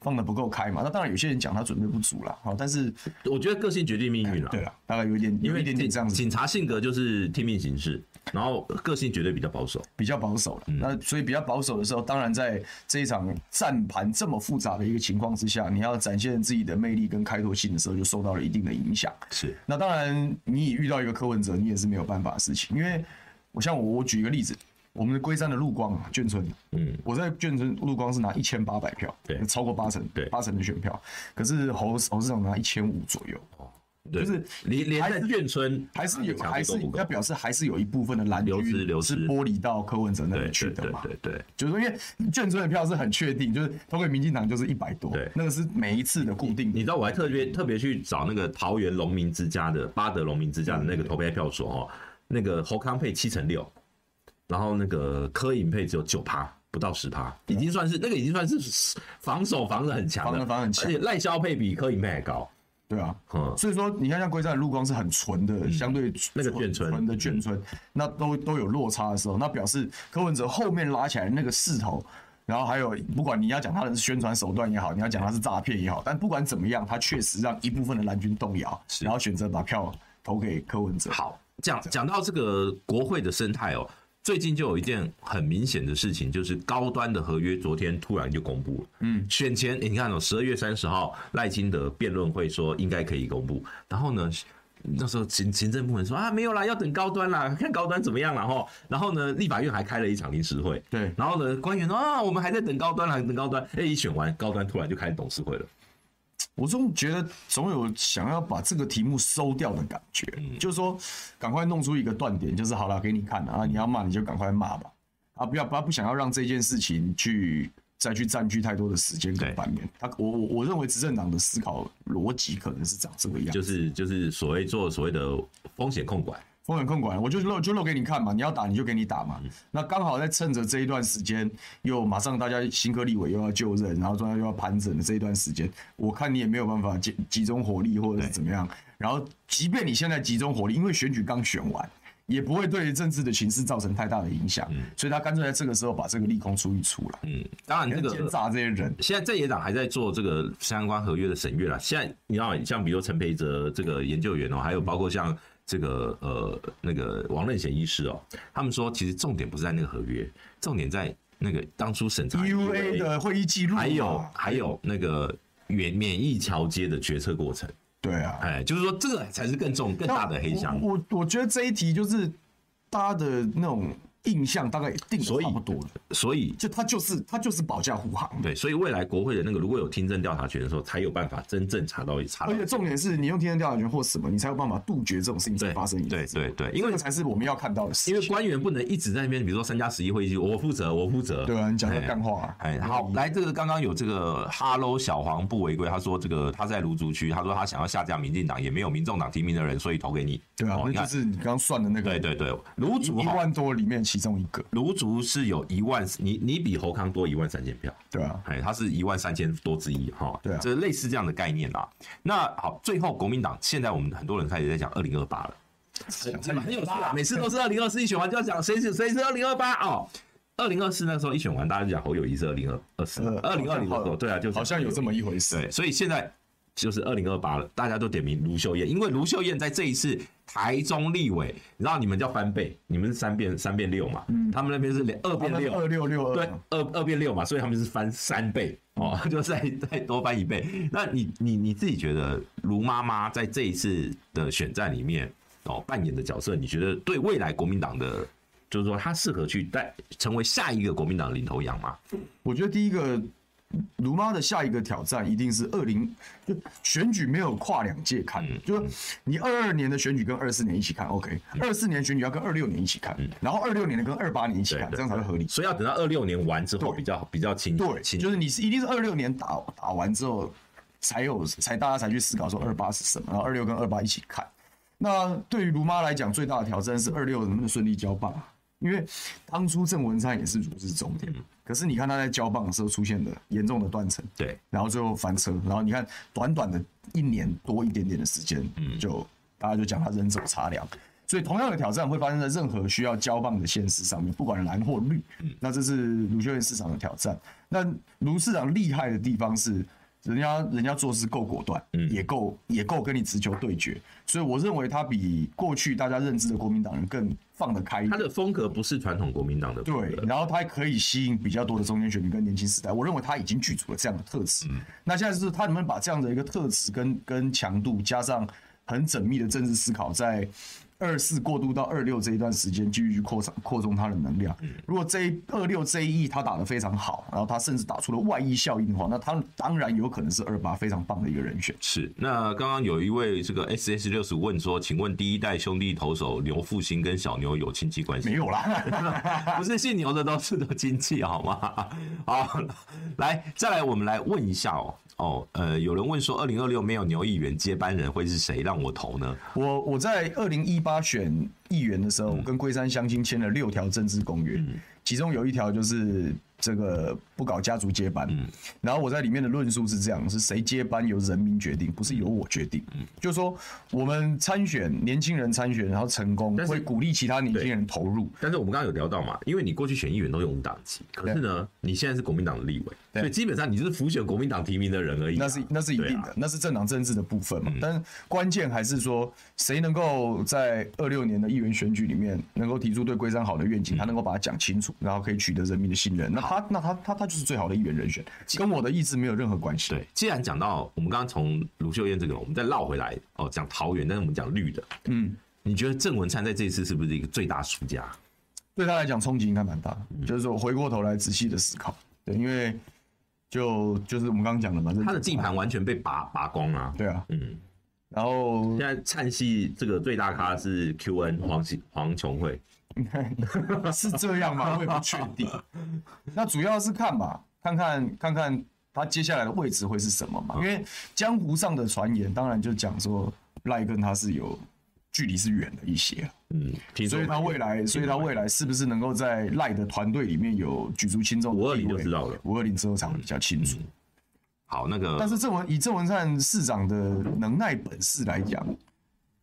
[SPEAKER 1] 放的不够开嘛。那当然有些人讲他准备不足了，好，但是
[SPEAKER 2] 我觉得个性决定命运了。
[SPEAKER 1] 哎对了，大概有一点
[SPEAKER 2] 因
[SPEAKER 1] 有
[SPEAKER 2] 为
[SPEAKER 1] 一点点
[SPEAKER 2] 警
[SPEAKER 1] 这样子
[SPEAKER 2] 警察性格就是听命行事，然后个性绝对比较保守。
[SPEAKER 1] 比较保守了。
[SPEAKER 2] 嗯
[SPEAKER 1] 那所以比较保守的时候，当然在这一场战盘这么复杂的一个情况之下，你要展现自己的魅力跟开拓性的时候，就受到了一定的影响。
[SPEAKER 2] 是，
[SPEAKER 1] 那当然，你也遇到一个柯文哲，你也是没有办法的事情。因为我像我，我举一个例子，我们的龟山的陆光啊，眷村，
[SPEAKER 2] 嗯，
[SPEAKER 1] 我在眷村陆光是拿一千八百票，
[SPEAKER 2] 对
[SPEAKER 1] 超过八成，
[SPEAKER 2] 对
[SPEAKER 1] 八成的选票。可是侯侯市长拿一千五左右，
[SPEAKER 2] 对
[SPEAKER 1] 就是
[SPEAKER 2] 连连
[SPEAKER 1] 还
[SPEAKER 2] 在
[SPEAKER 1] 是
[SPEAKER 2] 眷村
[SPEAKER 1] 还是有，
[SPEAKER 2] 啊强
[SPEAKER 1] 还是
[SPEAKER 2] 度都不够
[SPEAKER 1] 要表示还是有一部分的蓝
[SPEAKER 2] 流
[SPEAKER 1] 军
[SPEAKER 2] 失流失
[SPEAKER 1] 是剥离到柯文哲那
[SPEAKER 2] 对
[SPEAKER 1] 里去
[SPEAKER 2] 对
[SPEAKER 1] 的
[SPEAKER 2] 对
[SPEAKER 1] 嘛？
[SPEAKER 2] 对对，
[SPEAKER 1] 就是因为眷村的票是很确定，就是投给民进党就是一百多
[SPEAKER 2] 对，
[SPEAKER 1] 那个是每一次的固定
[SPEAKER 2] 你
[SPEAKER 1] 的。
[SPEAKER 2] 知道我还特别特别去找那个桃园农民之家的巴德农民之家的那
[SPEAKER 1] 嗯
[SPEAKER 2] 个投票票所哦，那个侯康配七成六，然后那个柯银配只有九趴。不到十趴，已经算是那个已经算是防守防的很强
[SPEAKER 1] 防
[SPEAKER 2] 了，
[SPEAKER 1] 得防得很强
[SPEAKER 2] 而且赖萧配比柯银配还高，
[SPEAKER 1] 对啊，
[SPEAKER 2] 嗯，
[SPEAKER 1] 所以说，你看像龟山的陆光是很纯的，相对
[SPEAKER 2] 那个
[SPEAKER 1] 纯
[SPEAKER 2] 眷村嗯
[SPEAKER 1] 纯的眷村，那都都有落差的时候，那表示柯文哲后面拉起来那个势头，然后还有不管你要讲他的宣传手段也好，你要讲他是诈骗也好，但不管怎么样，他确实让一部分的蓝军动摇，然后选择把票投给柯文哲。
[SPEAKER 2] 好，讲讲到这个国会的生态哦，最近就有一件很明显的事情，就是高端的合约昨天突然就公布了。嗯，选前、诶你看哦，十二月三十号赖清德辩论会说应该可以公布，然后呢？那时候行行政部门说啊没有啦，要等高端啦，看高端怎么样啦吼。然后呢，立法院还开了一场临时会，
[SPEAKER 1] 对
[SPEAKER 2] 然后呢，官员说啊我们还在等高端啦，等高端。哎、一选完高端突然就开董事会了。
[SPEAKER 1] 我总觉得总有想要把这个题目收掉的感觉，就是说赶快弄出一个断点，就是好了，给你看啊，你要骂你就赶快骂吧，啊，不要不要不想要让这件事情去再去占据太多的时间跟
[SPEAKER 2] 对
[SPEAKER 1] 版面。他我我我认为执政党的思考逻辑可能是长这个样子，
[SPEAKER 2] 就是就是所谓做所谓的风险控管，
[SPEAKER 1] 风险控管，我就露就露给你看嘛，你要打你就给你打嘛。那刚好在趁着这一段时间，又马上大家新科立委又要就任，然后中央又要盘整的这一段时间，我看你也没有办法集集中火力或者是怎么样。然后，即便你现在集中火力，因为选举刚选完，也不会对政治的情势造成太大的影响，所以他干脆在这个时候把这个利空出一出来，
[SPEAKER 2] 嗯，当然这个
[SPEAKER 1] 奸诈这些人。
[SPEAKER 2] 现在在野党还在做这个相关合约的审阅啦。现在你知道，像比如说陈培哲这个研究员哦、还有包括像这个呃那个王任贤医师哦、他们说其实重点不是在那个合约，重点在那个当初审查
[SPEAKER 1] EUA E 的哦会议记录嘛，
[SPEAKER 2] 还有还有那个免免疫桥接的决策过程，
[SPEAKER 1] 对啊，
[SPEAKER 2] 哎，就是说这个才是更重更大的黑箱。
[SPEAKER 1] 我我我觉得这一题就是大家的那种印象大概定
[SPEAKER 2] 所
[SPEAKER 1] 的
[SPEAKER 2] 以
[SPEAKER 1] 差不多了，
[SPEAKER 2] 所以
[SPEAKER 1] 就他就是他就是保驾护航。
[SPEAKER 2] 对，所以未来国会的那个如果有听证调查权的时候，才有办法真正查到查到
[SPEAKER 1] 而。且重点是你用天然调查权或什么，你才有办法杜绝这种事情
[SPEAKER 2] 对
[SPEAKER 1] 发生。
[SPEAKER 2] 对对对，因
[SPEAKER 1] 这
[SPEAKER 2] 为
[SPEAKER 1] 个才是我们要看到的事
[SPEAKER 2] 因为
[SPEAKER 1] 情。
[SPEAKER 2] 官员不能一直在那边，比如说三加十一会议记录，我负责，我负责。
[SPEAKER 1] 对啊，你讲的干话啊，
[SPEAKER 2] 哎，好，来这个刚刚有这个哈喽小黄不违规，他说这个他在卢竹区，他说他想要下架民进党，也没有民众党提名的人，所以投给你。
[SPEAKER 1] 对啊
[SPEAKER 2] 哦，
[SPEAKER 1] 那
[SPEAKER 2] 你
[SPEAKER 1] 就
[SPEAKER 2] 看，
[SPEAKER 1] 是你刚刚算的那个，
[SPEAKER 2] 对对对，卢
[SPEAKER 1] 一
[SPEAKER 2] 竹
[SPEAKER 1] 一
[SPEAKER 2] 哈，
[SPEAKER 1] 万多里面其中一个，
[SPEAKER 2] 卢竹是有一万，你你比侯康多一万三千票，
[SPEAKER 1] 对啊，
[SPEAKER 2] 哎，他是一万三千多之一哈，
[SPEAKER 1] 对啊
[SPEAKER 2] 这类似这样的概念啦。那好，最后国民党现在我们很多人开始在讲二零二八了。很有趣啊！每次都是二零二四一选完就要讲谁是谁是二零二八哦。二零二四那时候一选完，大家就讲侯友谊是二零二二四，二零二零的时候，对啊，就
[SPEAKER 1] 呃好像有这
[SPEAKER 2] 么
[SPEAKER 1] 么一回事。
[SPEAKER 2] 对，所以现在就是二零二八了，大家都点名卢秀燕，因为卢秀燕在这一次台中立委，你知道你们叫翻倍，你们是三变三变六嘛，他们那边是两二变六，
[SPEAKER 1] 二六六二，
[SPEAKER 2] 对，二二变六嘛，所以他们是翻三倍哦， 就再再多翻一倍。那你你你自己觉得卢妈妈在这一次的选战里面哦扮演的角色，你觉得对未来国民党的，就是说她适合去带成为下一个国民党的领头羊吗？
[SPEAKER 1] 我觉得第一个卢妈的下一个挑战一定是二零，就选举没有跨两届看，
[SPEAKER 2] 嗯
[SPEAKER 1] 就是你二二年的选举跟二四年一起看，OK，二
[SPEAKER 2] 嗯
[SPEAKER 1] 四年选举要跟二六年一起看，然后二六年的跟二八年一起看，
[SPEAKER 2] 对对
[SPEAKER 1] 这样才会合理。
[SPEAKER 2] 所以要等到二六年完之后
[SPEAKER 1] 对
[SPEAKER 2] 比较比较清
[SPEAKER 1] 对，
[SPEAKER 2] 清
[SPEAKER 1] 就是你是一定是二六年打打完之后，才有才大家才去思考
[SPEAKER 2] 嗯
[SPEAKER 1] 说二八是什么，然后二六跟二八一起看。那对于卢妈来讲，最大的挑战是二六能不能顺利交棒啊？因为当初郑文灿也是如日中
[SPEAKER 2] 嗯
[SPEAKER 1] 天，可是你看他在交棒的时候出现了严重的断层，
[SPEAKER 2] 对
[SPEAKER 1] 然后最后翻车，然后你看短短的一年多一点点的时间，就大家就讲他人走茶凉。所以同样的挑战会发生在任何需要交棒的县市上面，不管蓝或绿。那这是卢秀燕市长的挑战。那卢市长厉害的地方是，人家人家做事够果断，也够也够跟你直球对决。所以我认为他比过去大家认知的国民党人更放得开一点
[SPEAKER 2] 她的风格不是传统国民党的风
[SPEAKER 1] 对
[SPEAKER 2] 格，，
[SPEAKER 1] 然后他可以吸引比较多的中间选民跟年轻时代。我认为他已经具足了这样的特质。那现在就是他能不能把这样的一个特质跟跟强度，加上很缜密的政治思考，在二四过渡到二六这一段时间，继续去扩散扩充他的能量。如果这一二六这一役他打得非常好，然后他甚至打出了外溢效应的话，那他当然有可能是二八非常棒的一个人选。
[SPEAKER 2] 是，那刚刚有一位这个 S S 六十问说，请问第一代兄弟投手刘复兴跟小牛有亲戚关系吗
[SPEAKER 1] 没？有啦，
[SPEAKER 2] 不是姓牛的都是都亲戚，好吗？ 好，来，再来，我们来问一下哦。哦，呃，有人问说，二零二六没有牛议员接班人会是谁让我投呢？
[SPEAKER 1] 我我在二零一八选议员的时
[SPEAKER 2] 嗯
[SPEAKER 1] 候，我跟龟山乡亲签了六条政治公约，其中有一条就是这个不搞家族接班。
[SPEAKER 2] 嗯
[SPEAKER 1] 然后我在里面的论述是这样：是谁接班由人民决定，不是由我决定。
[SPEAKER 2] 嗯
[SPEAKER 1] 就是说我们参选，年轻人参选，然后成功，
[SPEAKER 2] 但是
[SPEAKER 1] 会鼓励其他年轻人投入。
[SPEAKER 2] 但是我们刚刚有聊到嘛，因为你过去选议员都用无党籍，可是呢，你现在是国民党的立委，
[SPEAKER 1] 对
[SPEAKER 2] 所以基本上你就是浮选国民党提名的人而已啊、
[SPEAKER 1] 那是那是一定的，
[SPEAKER 2] 对啊嗯
[SPEAKER 1] 那是政党政治的部分嘛。但关键还是说，谁能够在二六年的议员选举里面，能够提出对龟山好的
[SPEAKER 2] 嗯
[SPEAKER 1] 愿景，他能够把它讲清楚，然后可以取得人民的信任，那他那他他他就是最好的议员人选，跟我的意志没有任何关系。
[SPEAKER 2] 对，啊既然讲到我们刚刚从卢秀燕这个，我们再绕回来哦，讲桃园，但是我们讲绿的，
[SPEAKER 1] 嗯，
[SPEAKER 2] 你觉得郑文灿在这一次是不是一个最大输家？
[SPEAKER 1] 对他来讲冲击应该蛮大的，
[SPEAKER 2] 嗯
[SPEAKER 1] 就是说回过头来仔细的思考，对，因为就就是我们刚刚讲的嘛，
[SPEAKER 2] 他的地盘完全被拔拔光啊，
[SPEAKER 1] 对啊，
[SPEAKER 2] 嗯。
[SPEAKER 1] 然后
[SPEAKER 2] 现在灿系这个最大咖是 QN 黄喜黄琼慧，
[SPEAKER 1] 是这样吗？我也不确定。那主要是看吧，看看看看他接下来的位置会是什么
[SPEAKER 2] 嗯
[SPEAKER 1] 嘛。因为江湖上的传言，当然就讲说赖跟他是有距离是远了一些啊，
[SPEAKER 2] 嗯，听说
[SPEAKER 1] 所以他未来，所以他未来是不是能够在赖的团队里面有举足轻重？
[SPEAKER 2] 520就知道了嗯
[SPEAKER 1] 五二零之后才会比较清楚。
[SPEAKER 2] 好那个，
[SPEAKER 1] 但是郑文以郑文灿市长的能耐本事来讲，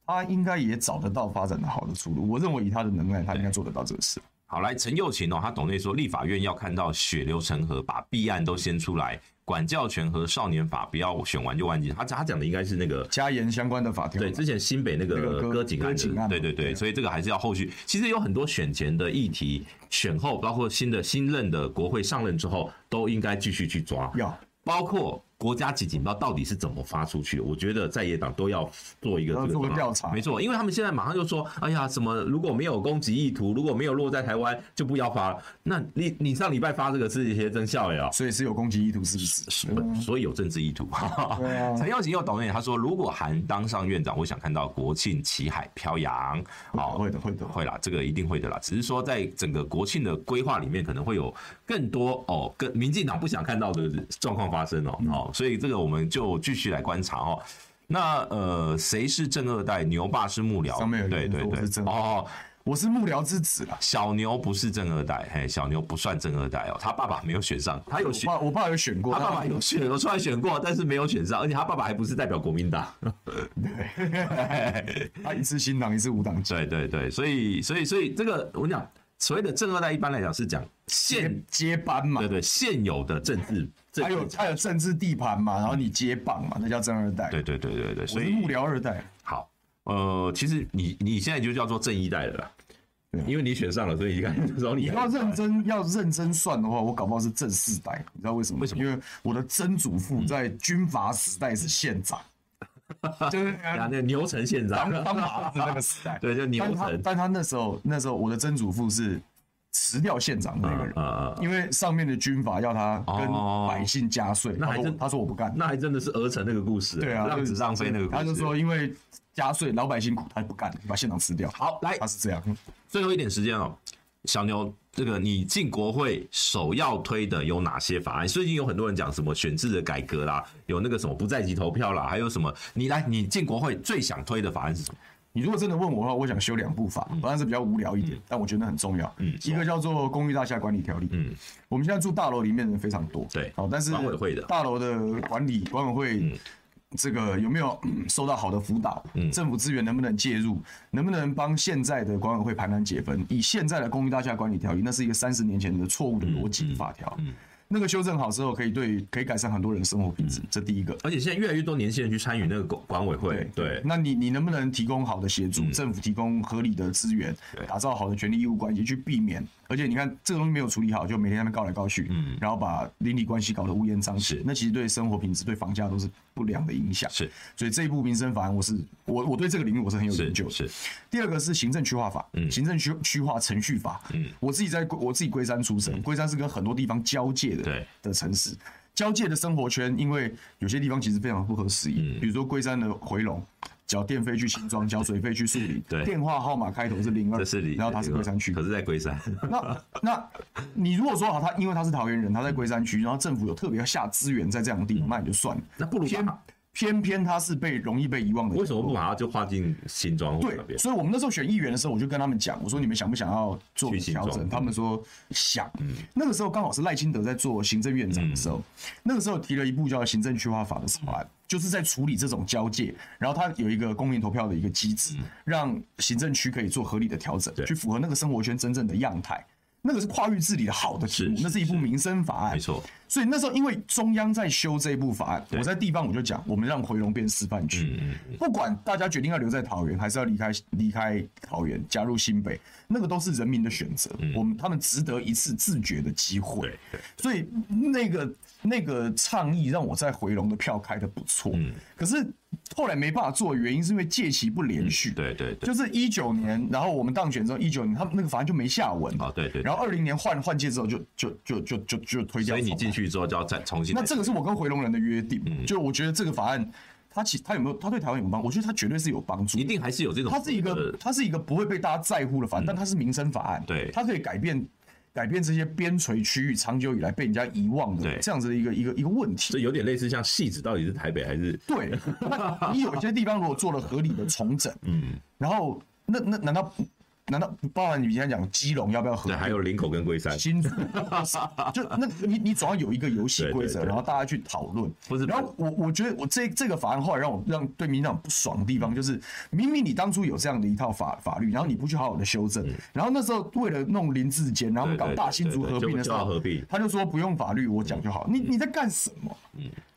[SPEAKER 1] 他应该也找得到发展的好的出路。我认为以他的能耐，他应该做得到这个事。
[SPEAKER 2] 好来，陈佑琴哦，他董内说，立法院要看到血流成河，把弊案都先出来，管教权和少年法不要选完就忘记。他他讲的应该是那个
[SPEAKER 1] 加严相关的法条嘛，
[SPEAKER 2] 对，之前新北那
[SPEAKER 1] 那
[SPEAKER 2] 个
[SPEAKER 1] 个歌
[SPEAKER 2] 歌警
[SPEAKER 1] 歌
[SPEAKER 2] 案
[SPEAKER 1] 警案
[SPEAKER 2] 的，
[SPEAKER 1] 嘛
[SPEAKER 2] 对对
[SPEAKER 1] 对
[SPEAKER 2] 对，
[SPEAKER 1] 啊
[SPEAKER 2] 所以这个还是要后续。其实有很多选前的议题，选后包括新的新任的国会上任之后，都应该继续去抓，
[SPEAKER 1] 要
[SPEAKER 2] 包括国家级警报到底是怎么发出去的。我觉得在野党都要做一个
[SPEAKER 1] 要
[SPEAKER 2] 这
[SPEAKER 1] 做个
[SPEAKER 2] 状
[SPEAKER 1] 调查
[SPEAKER 2] 没错，因为他们现在马上就说，哎呀，什么如果没有攻击意图，如果没有落在台湾，就不要发了。那你你上礼拜发这个是一些真笑呀。
[SPEAKER 1] 所以是有攻击意图，是不是？
[SPEAKER 2] 嗯所以有政治意图。
[SPEAKER 1] 对啊
[SPEAKER 2] 陈耀琴又导演他说，如果韩当上院长，我想看到国庆旗海飘扬。哦好，
[SPEAKER 1] 会的会的
[SPEAKER 2] 会啦，这个一定会的啦。只是说在整个国庆的规划里面，可能会有更多哦，跟民进党不想看到的状况发生哦。
[SPEAKER 1] 嗯
[SPEAKER 2] 好、所以这个我们就继续来观察哦。那呃，谁是正二代？牛爸是幕僚，
[SPEAKER 1] 上面有
[SPEAKER 2] 对
[SPEAKER 1] 人
[SPEAKER 2] 对
[SPEAKER 1] 说我
[SPEAKER 2] 对
[SPEAKER 1] 是正二代
[SPEAKER 2] 哦，
[SPEAKER 1] 我是幕僚之子啦，
[SPEAKER 2] 小牛不是正二代，嘿，小牛不算正二代哦，他爸爸没有选上，他有
[SPEAKER 1] 我
[SPEAKER 2] 选。
[SPEAKER 1] 爸我爸有选过，
[SPEAKER 2] 他爸爸有选，有出来选过，但是没有选上，而且他爸爸还不是代表国民党。
[SPEAKER 1] 嗯 他一次新党一次无党籍，
[SPEAKER 2] 对对对，所以所以所以这个我跟你讲，所谓的正二代一般来讲是讲现
[SPEAKER 1] 接接班嘛
[SPEAKER 2] 对，对现有的政治政
[SPEAKER 1] 还有
[SPEAKER 2] 治，
[SPEAKER 1] 他有政治地盘嘛，然后你接棒嘛，那叫正二代。
[SPEAKER 2] 对，对对对对，
[SPEAKER 1] 我
[SPEAKER 2] 所
[SPEAKER 1] 是
[SPEAKER 2] 以
[SPEAKER 1] 幕僚二代，
[SPEAKER 2] 好呃，其实你你现在就叫做正一代了啦
[SPEAKER 1] 对，
[SPEAKER 2] 因为你选上了，所以你看那时候你
[SPEAKER 1] 嗯你要认真要认真算的话，我搞不好是正四代，你知道为什么？
[SPEAKER 2] 为什么嗯
[SPEAKER 1] 因为我的曾祖父在军阀时代是县 长，就是
[SPEAKER 2] 啊，那牛城县长啊
[SPEAKER 1] 当，当靶子那个时代。
[SPEAKER 2] 对，就牛
[SPEAKER 1] 但他
[SPEAKER 2] 城，
[SPEAKER 1] 但他那时候那时候我的曾祖父是辞掉县长的那个
[SPEAKER 2] 嗯
[SPEAKER 1] 人
[SPEAKER 2] 嗯，嗯，
[SPEAKER 1] 因为上面的军阀要他跟
[SPEAKER 2] 哦
[SPEAKER 1] 百姓加税，
[SPEAKER 2] 那还
[SPEAKER 1] 他说
[SPEAKER 2] 真
[SPEAKER 1] 他说我不干。
[SPEAKER 2] 那还真的是鹅城那个故事，
[SPEAKER 1] 对啊，
[SPEAKER 2] 浪子上飞那个故事，
[SPEAKER 1] 他就说因为加税老百姓苦，他不干，把县长辞掉。
[SPEAKER 2] 好来
[SPEAKER 1] 他是这样，
[SPEAKER 2] 最后一点时间哦，小牛，这个你进国会首要推的有哪些法案？最近有很多人讲什么选制的改革啦，有那个什么不在籍投票啦，还有什么？你来，你进国会最想推的法案是什么？
[SPEAKER 1] 你如果真的问我的话，我想修两部法，当然是比较无聊一点，但我觉得很重要。
[SPEAKER 2] 嗯
[SPEAKER 1] 一个叫做《公寓大厦管理条例》。
[SPEAKER 2] 嗯
[SPEAKER 1] 嗯，我们现在住大楼里面的人非常多。
[SPEAKER 2] 对
[SPEAKER 1] 好，但是
[SPEAKER 2] 管委会的嗯
[SPEAKER 1] 大楼的管理管委会。这个有没有 嗯受到好的辅导？政府资源能不能介入？能不能帮现在的管委会盘南解纷？以现在的公寓大厦管理条例，那是一个三十年前的错误的逻
[SPEAKER 2] 嗯
[SPEAKER 1] 辑法条。那个修正好之后，可以对可以改善很多人的生活品质，
[SPEAKER 2] 嗯
[SPEAKER 1] 这第一个。
[SPEAKER 2] 而且现在越来越多年轻人去参与那个管管委会，对，嗯
[SPEAKER 1] 那你你能不能提供好的协助？政府提供合理的资源，打造好的权利义务关系，去避免。而且你看，这个东西没有处理好，就每天在那边告来告去，然后把邻里关系搞得乌烟瘴
[SPEAKER 2] 嗯是
[SPEAKER 1] 气，那其实对生活品质、对房价都是不良的影响。
[SPEAKER 2] 是
[SPEAKER 1] 所以这一部民生法案，我是我我对这个领域我是很有研究
[SPEAKER 2] 是嗯
[SPEAKER 1] 的。
[SPEAKER 2] 是，
[SPEAKER 1] 第二个是行政区划法，行政区区划程序法。
[SPEAKER 2] 嗯
[SPEAKER 1] 我自己在我自己龟山出生，龟山是跟很多地方交界的
[SPEAKER 2] 对
[SPEAKER 1] 的城市，交界的生活圈，因为有些地方其实非常不合时
[SPEAKER 2] 嗯
[SPEAKER 1] 宜，比如说龟山的回龙。缴电费去新庄，缴水费去树林
[SPEAKER 2] 对，
[SPEAKER 1] 电话号码开头是零二，
[SPEAKER 2] 这是你，
[SPEAKER 1] 然后他是龟山区
[SPEAKER 2] 可，是在 龟山，
[SPEAKER 1] 那那你如果说好，他因为他是桃园人，他在龟山区，然后政府有特别要下资源在这样的
[SPEAKER 2] 嗯
[SPEAKER 1] 地方，那也就算了。
[SPEAKER 2] 那不如
[SPEAKER 1] 偏
[SPEAKER 2] 把
[SPEAKER 1] 偏偏他是被容易被遗忘的角落，
[SPEAKER 2] 为什么不把它就划进新庄或那
[SPEAKER 1] 对，
[SPEAKER 2] 边？
[SPEAKER 1] 所以我们那时候选议员的时候，我就跟他们讲，我说你们想不想要做
[SPEAKER 2] 去
[SPEAKER 1] 调
[SPEAKER 2] 行
[SPEAKER 1] 整？
[SPEAKER 2] 政
[SPEAKER 1] 他们说想。
[SPEAKER 2] 嗯
[SPEAKER 1] 那个时候刚好是赖清德在做行政院长的时候，那个时候提了一部叫《行政区划法》的草
[SPEAKER 2] 嗯
[SPEAKER 1] 案，就是在处理这种交界，然后它有一个公民投票的一个机制，让行政区可以做合理的调整
[SPEAKER 2] 嗯对，
[SPEAKER 1] 去符合那个生活圈真正的样态。那个是跨域治理的好的题目
[SPEAKER 2] 是，是
[SPEAKER 1] 那是一部民生法案
[SPEAKER 2] 没。错，
[SPEAKER 1] 所以那时候因为中央在修这一部法案，我在地方我就讲，我们让回龙变示范
[SPEAKER 2] 嗯
[SPEAKER 1] 区，不管大家决定要留在桃园，还是要离开离开桃园，加入新北，那个都是人民的选择，我们他们值得一次自觉的机会
[SPEAKER 2] 嗯对。对，
[SPEAKER 1] 所以那个那个倡议让我在回龙的票开的不错，
[SPEAKER 2] 嗯
[SPEAKER 1] 可是后来没办法做，原因是因为借期不连续，
[SPEAKER 2] 嗯对对对
[SPEAKER 1] 就是一九年，然后我们当选之后，一九年他们那个法案就没下文
[SPEAKER 2] 啊对对对
[SPEAKER 1] 然后二零年换换届之后就就就就就就推掉重
[SPEAKER 2] 所
[SPEAKER 1] 来，
[SPEAKER 2] 以你进去之后就要再重新来。
[SPEAKER 1] 那这个是我跟回龙人的约定，
[SPEAKER 2] 嗯
[SPEAKER 1] 就我觉得这个法案，它其它有没有它对台湾有没有帮？我觉得它绝对是有帮助
[SPEAKER 2] 一。定还是有这种，呃嗯
[SPEAKER 1] 它是一个它是一个不会被大家在乎的法案，但它是民生法案，
[SPEAKER 2] 对
[SPEAKER 1] 它可以改变改变这些边陲区域长久以来被人家遗忘的
[SPEAKER 2] 对
[SPEAKER 1] 这样子的一个一个一个问题
[SPEAKER 2] 这。有点类似像戏子到底是台北还是
[SPEAKER 1] 对， 那你有些地方如果做了合理的重整，
[SPEAKER 2] 嗯，
[SPEAKER 1] 然后那那难道难道包含你今天讲基隆要不要合
[SPEAKER 2] 对，
[SPEAKER 1] 并？
[SPEAKER 2] 还有林口跟龟山，
[SPEAKER 1] 新 就那你你总要有一个游戏规
[SPEAKER 2] 对对
[SPEAKER 1] 则，
[SPEAKER 2] 对
[SPEAKER 1] 然后大家去讨论
[SPEAKER 2] 不是。
[SPEAKER 1] 然后我我觉得我这这个法案后来让我让对民进党不爽的地方，就是明明你当初有这样的一套法法律，然后你不去好好的修正，然后那时候为了弄林志坚，然后
[SPEAKER 2] 嗯对对
[SPEAKER 1] 搞
[SPEAKER 2] 对
[SPEAKER 1] 大新竹
[SPEAKER 2] 对
[SPEAKER 1] 合
[SPEAKER 2] 对
[SPEAKER 1] 并
[SPEAKER 2] 就
[SPEAKER 1] 的时
[SPEAKER 2] 就要
[SPEAKER 1] 候，
[SPEAKER 2] 合并嗯
[SPEAKER 1] 他就说不用法律，我讲就好。你你在干什么？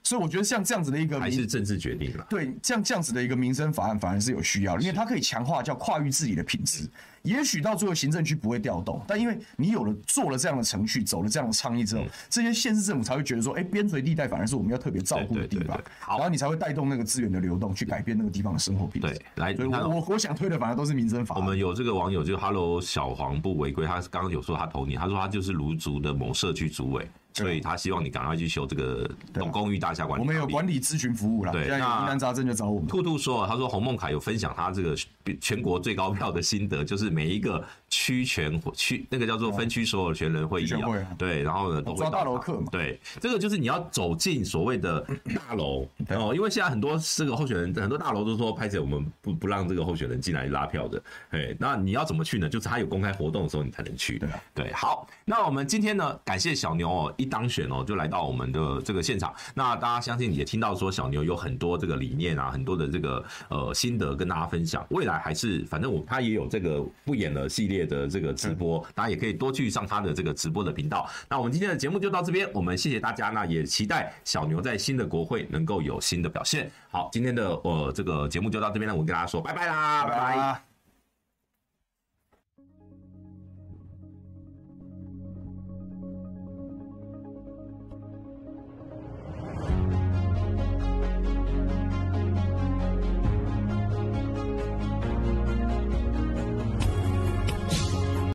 [SPEAKER 1] 所以我觉得像这样子的一个
[SPEAKER 2] 还
[SPEAKER 1] 民
[SPEAKER 2] 是政治决定了。啊
[SPEAKER 1] 对，像这样子的一个民生法案反而是有需要的，因为它可以强化叫跨域治理的品质。也许到最后行政区不会调动，但因为你有了做了这样的程序，走了这样的倡议之
[SPEAKER 2] 嗯
[SPEAKER 1] 后，这些县市政府才会觉得说，哎、边陲地带反而是我们要特别照顾的地
[SPEAKER 2] 对对
[SPEAKER 1] 方
[SPEAKER 2] 对对，好
[SPEAKER 1] 然后你才会带动那个资源的流动，去改变那个地方的生活品质
[SPEAKER 2] 对。来
[SPEAKER 1] 所以
[SPEAKER 2] 你看
[SPEAKER 1] 我
[SPEAKER 2] 哦
[SPEAKER 1] 我我想推的反而都是民生法
[SPEAKER 2] 我
[SPEAKER 1] 案。
[SPEAKER 2] 们有这个网友就 Hello 小黄不违规，他刚刚有说他投你，他说他就是卢竹的某社区主委，所以他希望你赶快去修这个
[SPEAKER 1] 啊
[SPEAKER 2] 公公寓大厦管理。
[SPEAKER 1] 我们有管理咨询服务啦，
[SPEAKER 2] 对
[SPEAKER 1] 现在有
[SPEAKER 2] 那
[SPEAKER 1] 疑难杂症就找我们。
[SPEAKER 2] 兔兔说，他说洪孟凯有分享他这个全国最高票的心得，就是每一个区权区那个叫做分区所有权人会议
[SPEAKER 1] 哦区权会
[SPEAKER 2] 啊
[SPEAKER 1] 啊，
[SPEAKER 2] 对，然后呢都会
[SPEAKER 1] 抓
[SPEAKER 2] 到
[SPEAKER 1] 大楼
[SPEAKER 2] 场
[SPEAKER 1] 客嘛
[SPEAKER 2] 对，这个就是你要走进所谓的大楼哦，因为现在很多这个候选人，很多大楼都说拍摄我们不不让这个候选人进来拉票的，哎，那你要怎么去呢？就是他有公开活动的时候你才能去。
[SPEAKER 1] 对啊
[SPEAKER 2] 对，好，那我们今天呢，感谢小牛哦，一当选哦，就来到我们的这个现场。那大家相信也听到说小牛有很多这个理念啊，很多的这个呃心得跟大家分享。未来还是反正我他也有这个不演了系列的这个直播，大家也可以多去上他的这个直播的频道。那我们今天的节目就到这边，我们谢谢大家，那也期待小牛在新的国会能够有新的表现。好，今天的呃这个节目就到这边了，我跟大家说拜拜啦，拜拜
[SPEAKER 1] 拜。